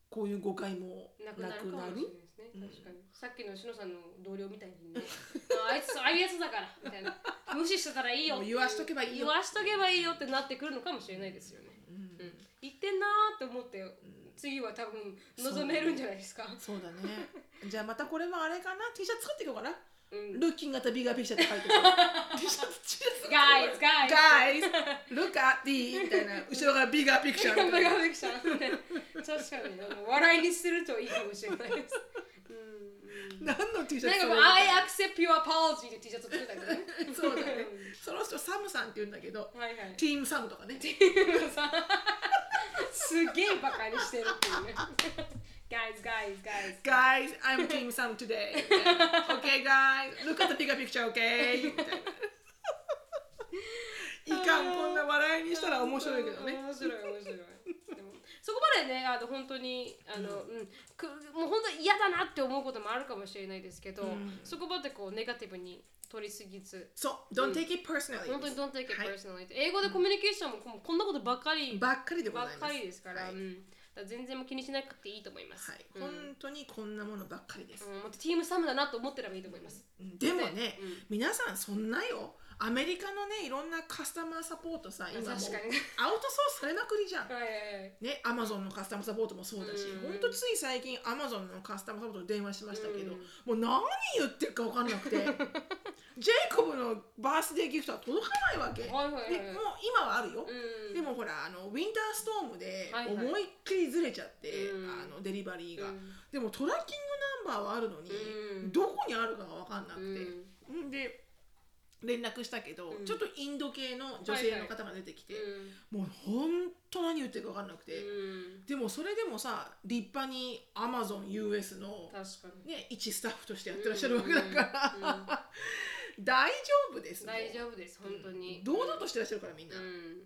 こういう誤解もななくくななるかもるしれないですね。確うんかに。さっきのしのさんの同僚みたいにね。 [LAUGHS] ああいつ、ああいうやつだから、みたいな。無視してたらいいよっていう。もう言わしとけばいい言よわしとけばいいよってなってくるのかもしれないですよね。うんうん。言ってんなーって思って、次は多分望めるんじゃないですか。そうだね [LAUGHS] じゃあまたこれもあれかな T シャツ作っていこうかなうん。 Looking at the bigger picture って書いてる [LAUGHS] T シャツ T シャツ Guys, guys! Guys, look at the みたいな後ろが bigger picture みたいなメガフィクションね確かにあの笑いにするといいかもしれないです。うん何の T シャなんツかこう、I accept your apology って T シャツを作ったりとかね。そうだねその人サムさんって言うんだけどはいはい。ティームサムとかねさ [LAUGHS] すげえバカにしてるっていうね。guys, guys, guys. Guys, I'm Team Sam today みたいな Okay guys, look at the bigger picture, [LAUGHS] okay? みたいないかんこんな笑いにしたら面白いけどね面白い面白い。でもそこまでねあの本当にあの、うんくもう本当に嫌だなって思うこともあるかもしれないですけど、うんそこまでこうネガティブに取りすぎずそう、don't take it personally 本当に don't take it はい personally、英語でコミュニケーションもこんなことばっかりばっかりでございばますっかりですから,、はいうん、だから全然もう気にしなくていいと思います、はい、うん本当にこんなものばっかりです、うん、もっとチームサムだなと思ってればいいと思います、でもね、うん皆さんそんなよアメリカのねいろんなカスタマーサポートさ今もうアウト確ソかにースされまくりじゃんはいはいはいね、アマゾンのカスタマーサポートもそうだし、うんほんとつい最近アマゾンのカスタマーサポートに電話しましたけうど、んもう何言ってるか分かんな [LAUGHS] くてジェイコブのバースデーギフトは届かないわけ、はいはいはいでもう今はあるよ、うんでもほらあのウィンターストームではいはい思いっきりずれちゃって、うんあのデリバリーが、うんでもトラッキングナンバーはあるのに、うんどこにあるかが分かんなくて、うんんで連絡したけど、うんちょっとインド系の女性の方が出てきて、うんもうほんと何言ってるか分かんなくて。うんでもそれでもさ立派に AmazonUS の、確かにね、一スタッフとしてやってらっしゃるわけだから、うんうんうん大丈夫です大丈夫夫です本当に、堂々としてらっしゃるからみんうな、うんん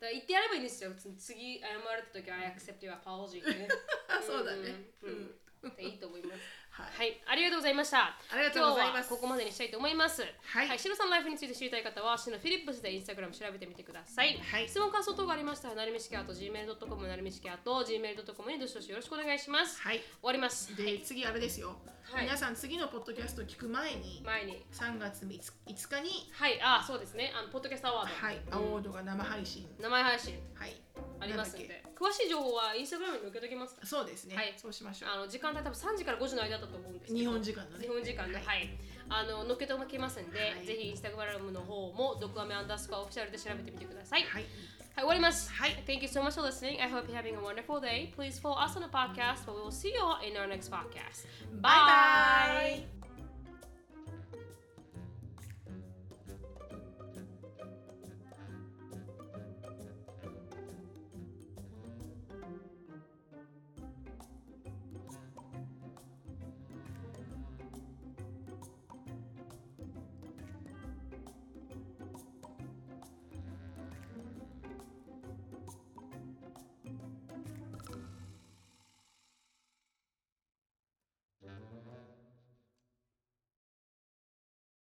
だから言ってやればいいんですよつ次謝られた時は I accept your apology ってねあそうだね、ううんんうんでいいと思います [LAUGHS] はい、はい、ありがとうございました。ありがとうございま今す日はここまでにしたいと思います。はいシノさんのライフについて知りたい方は、シノフィリップスでインスタグラム調べてみてください。はい質問、感想等がありましたら、なるみしきあと gmail.com、なるみしきあと gmail.com にどしどしよろしくお願いします。はい、終わります。で次あれですよ、はい皆さん次のポッドキャスト聞く前に前に。 3月5日5日に、はい、あ、そうですね。あの、ポッドキャストアワード。はい、アワードが生配信、名前配信はい、ありますんなんだで。っ詳しい情報はインスタグラムに載っけときますかけそうですね、はいそうしましょあの、時間帯多分3時から5時の間だと思うんですけうど日本時間のね日本時間の、はい、あの、のっけておきますんで、はいぜひインスタグラムの方も、ドクアメアンダースコアオフィシャルで調べてみてください。はい、はい、終わります。はい Thank you so much for listening. I hope you're having a wonderful day. Please follow us on the podcast, but we will see you all in our next podcast. バイバイ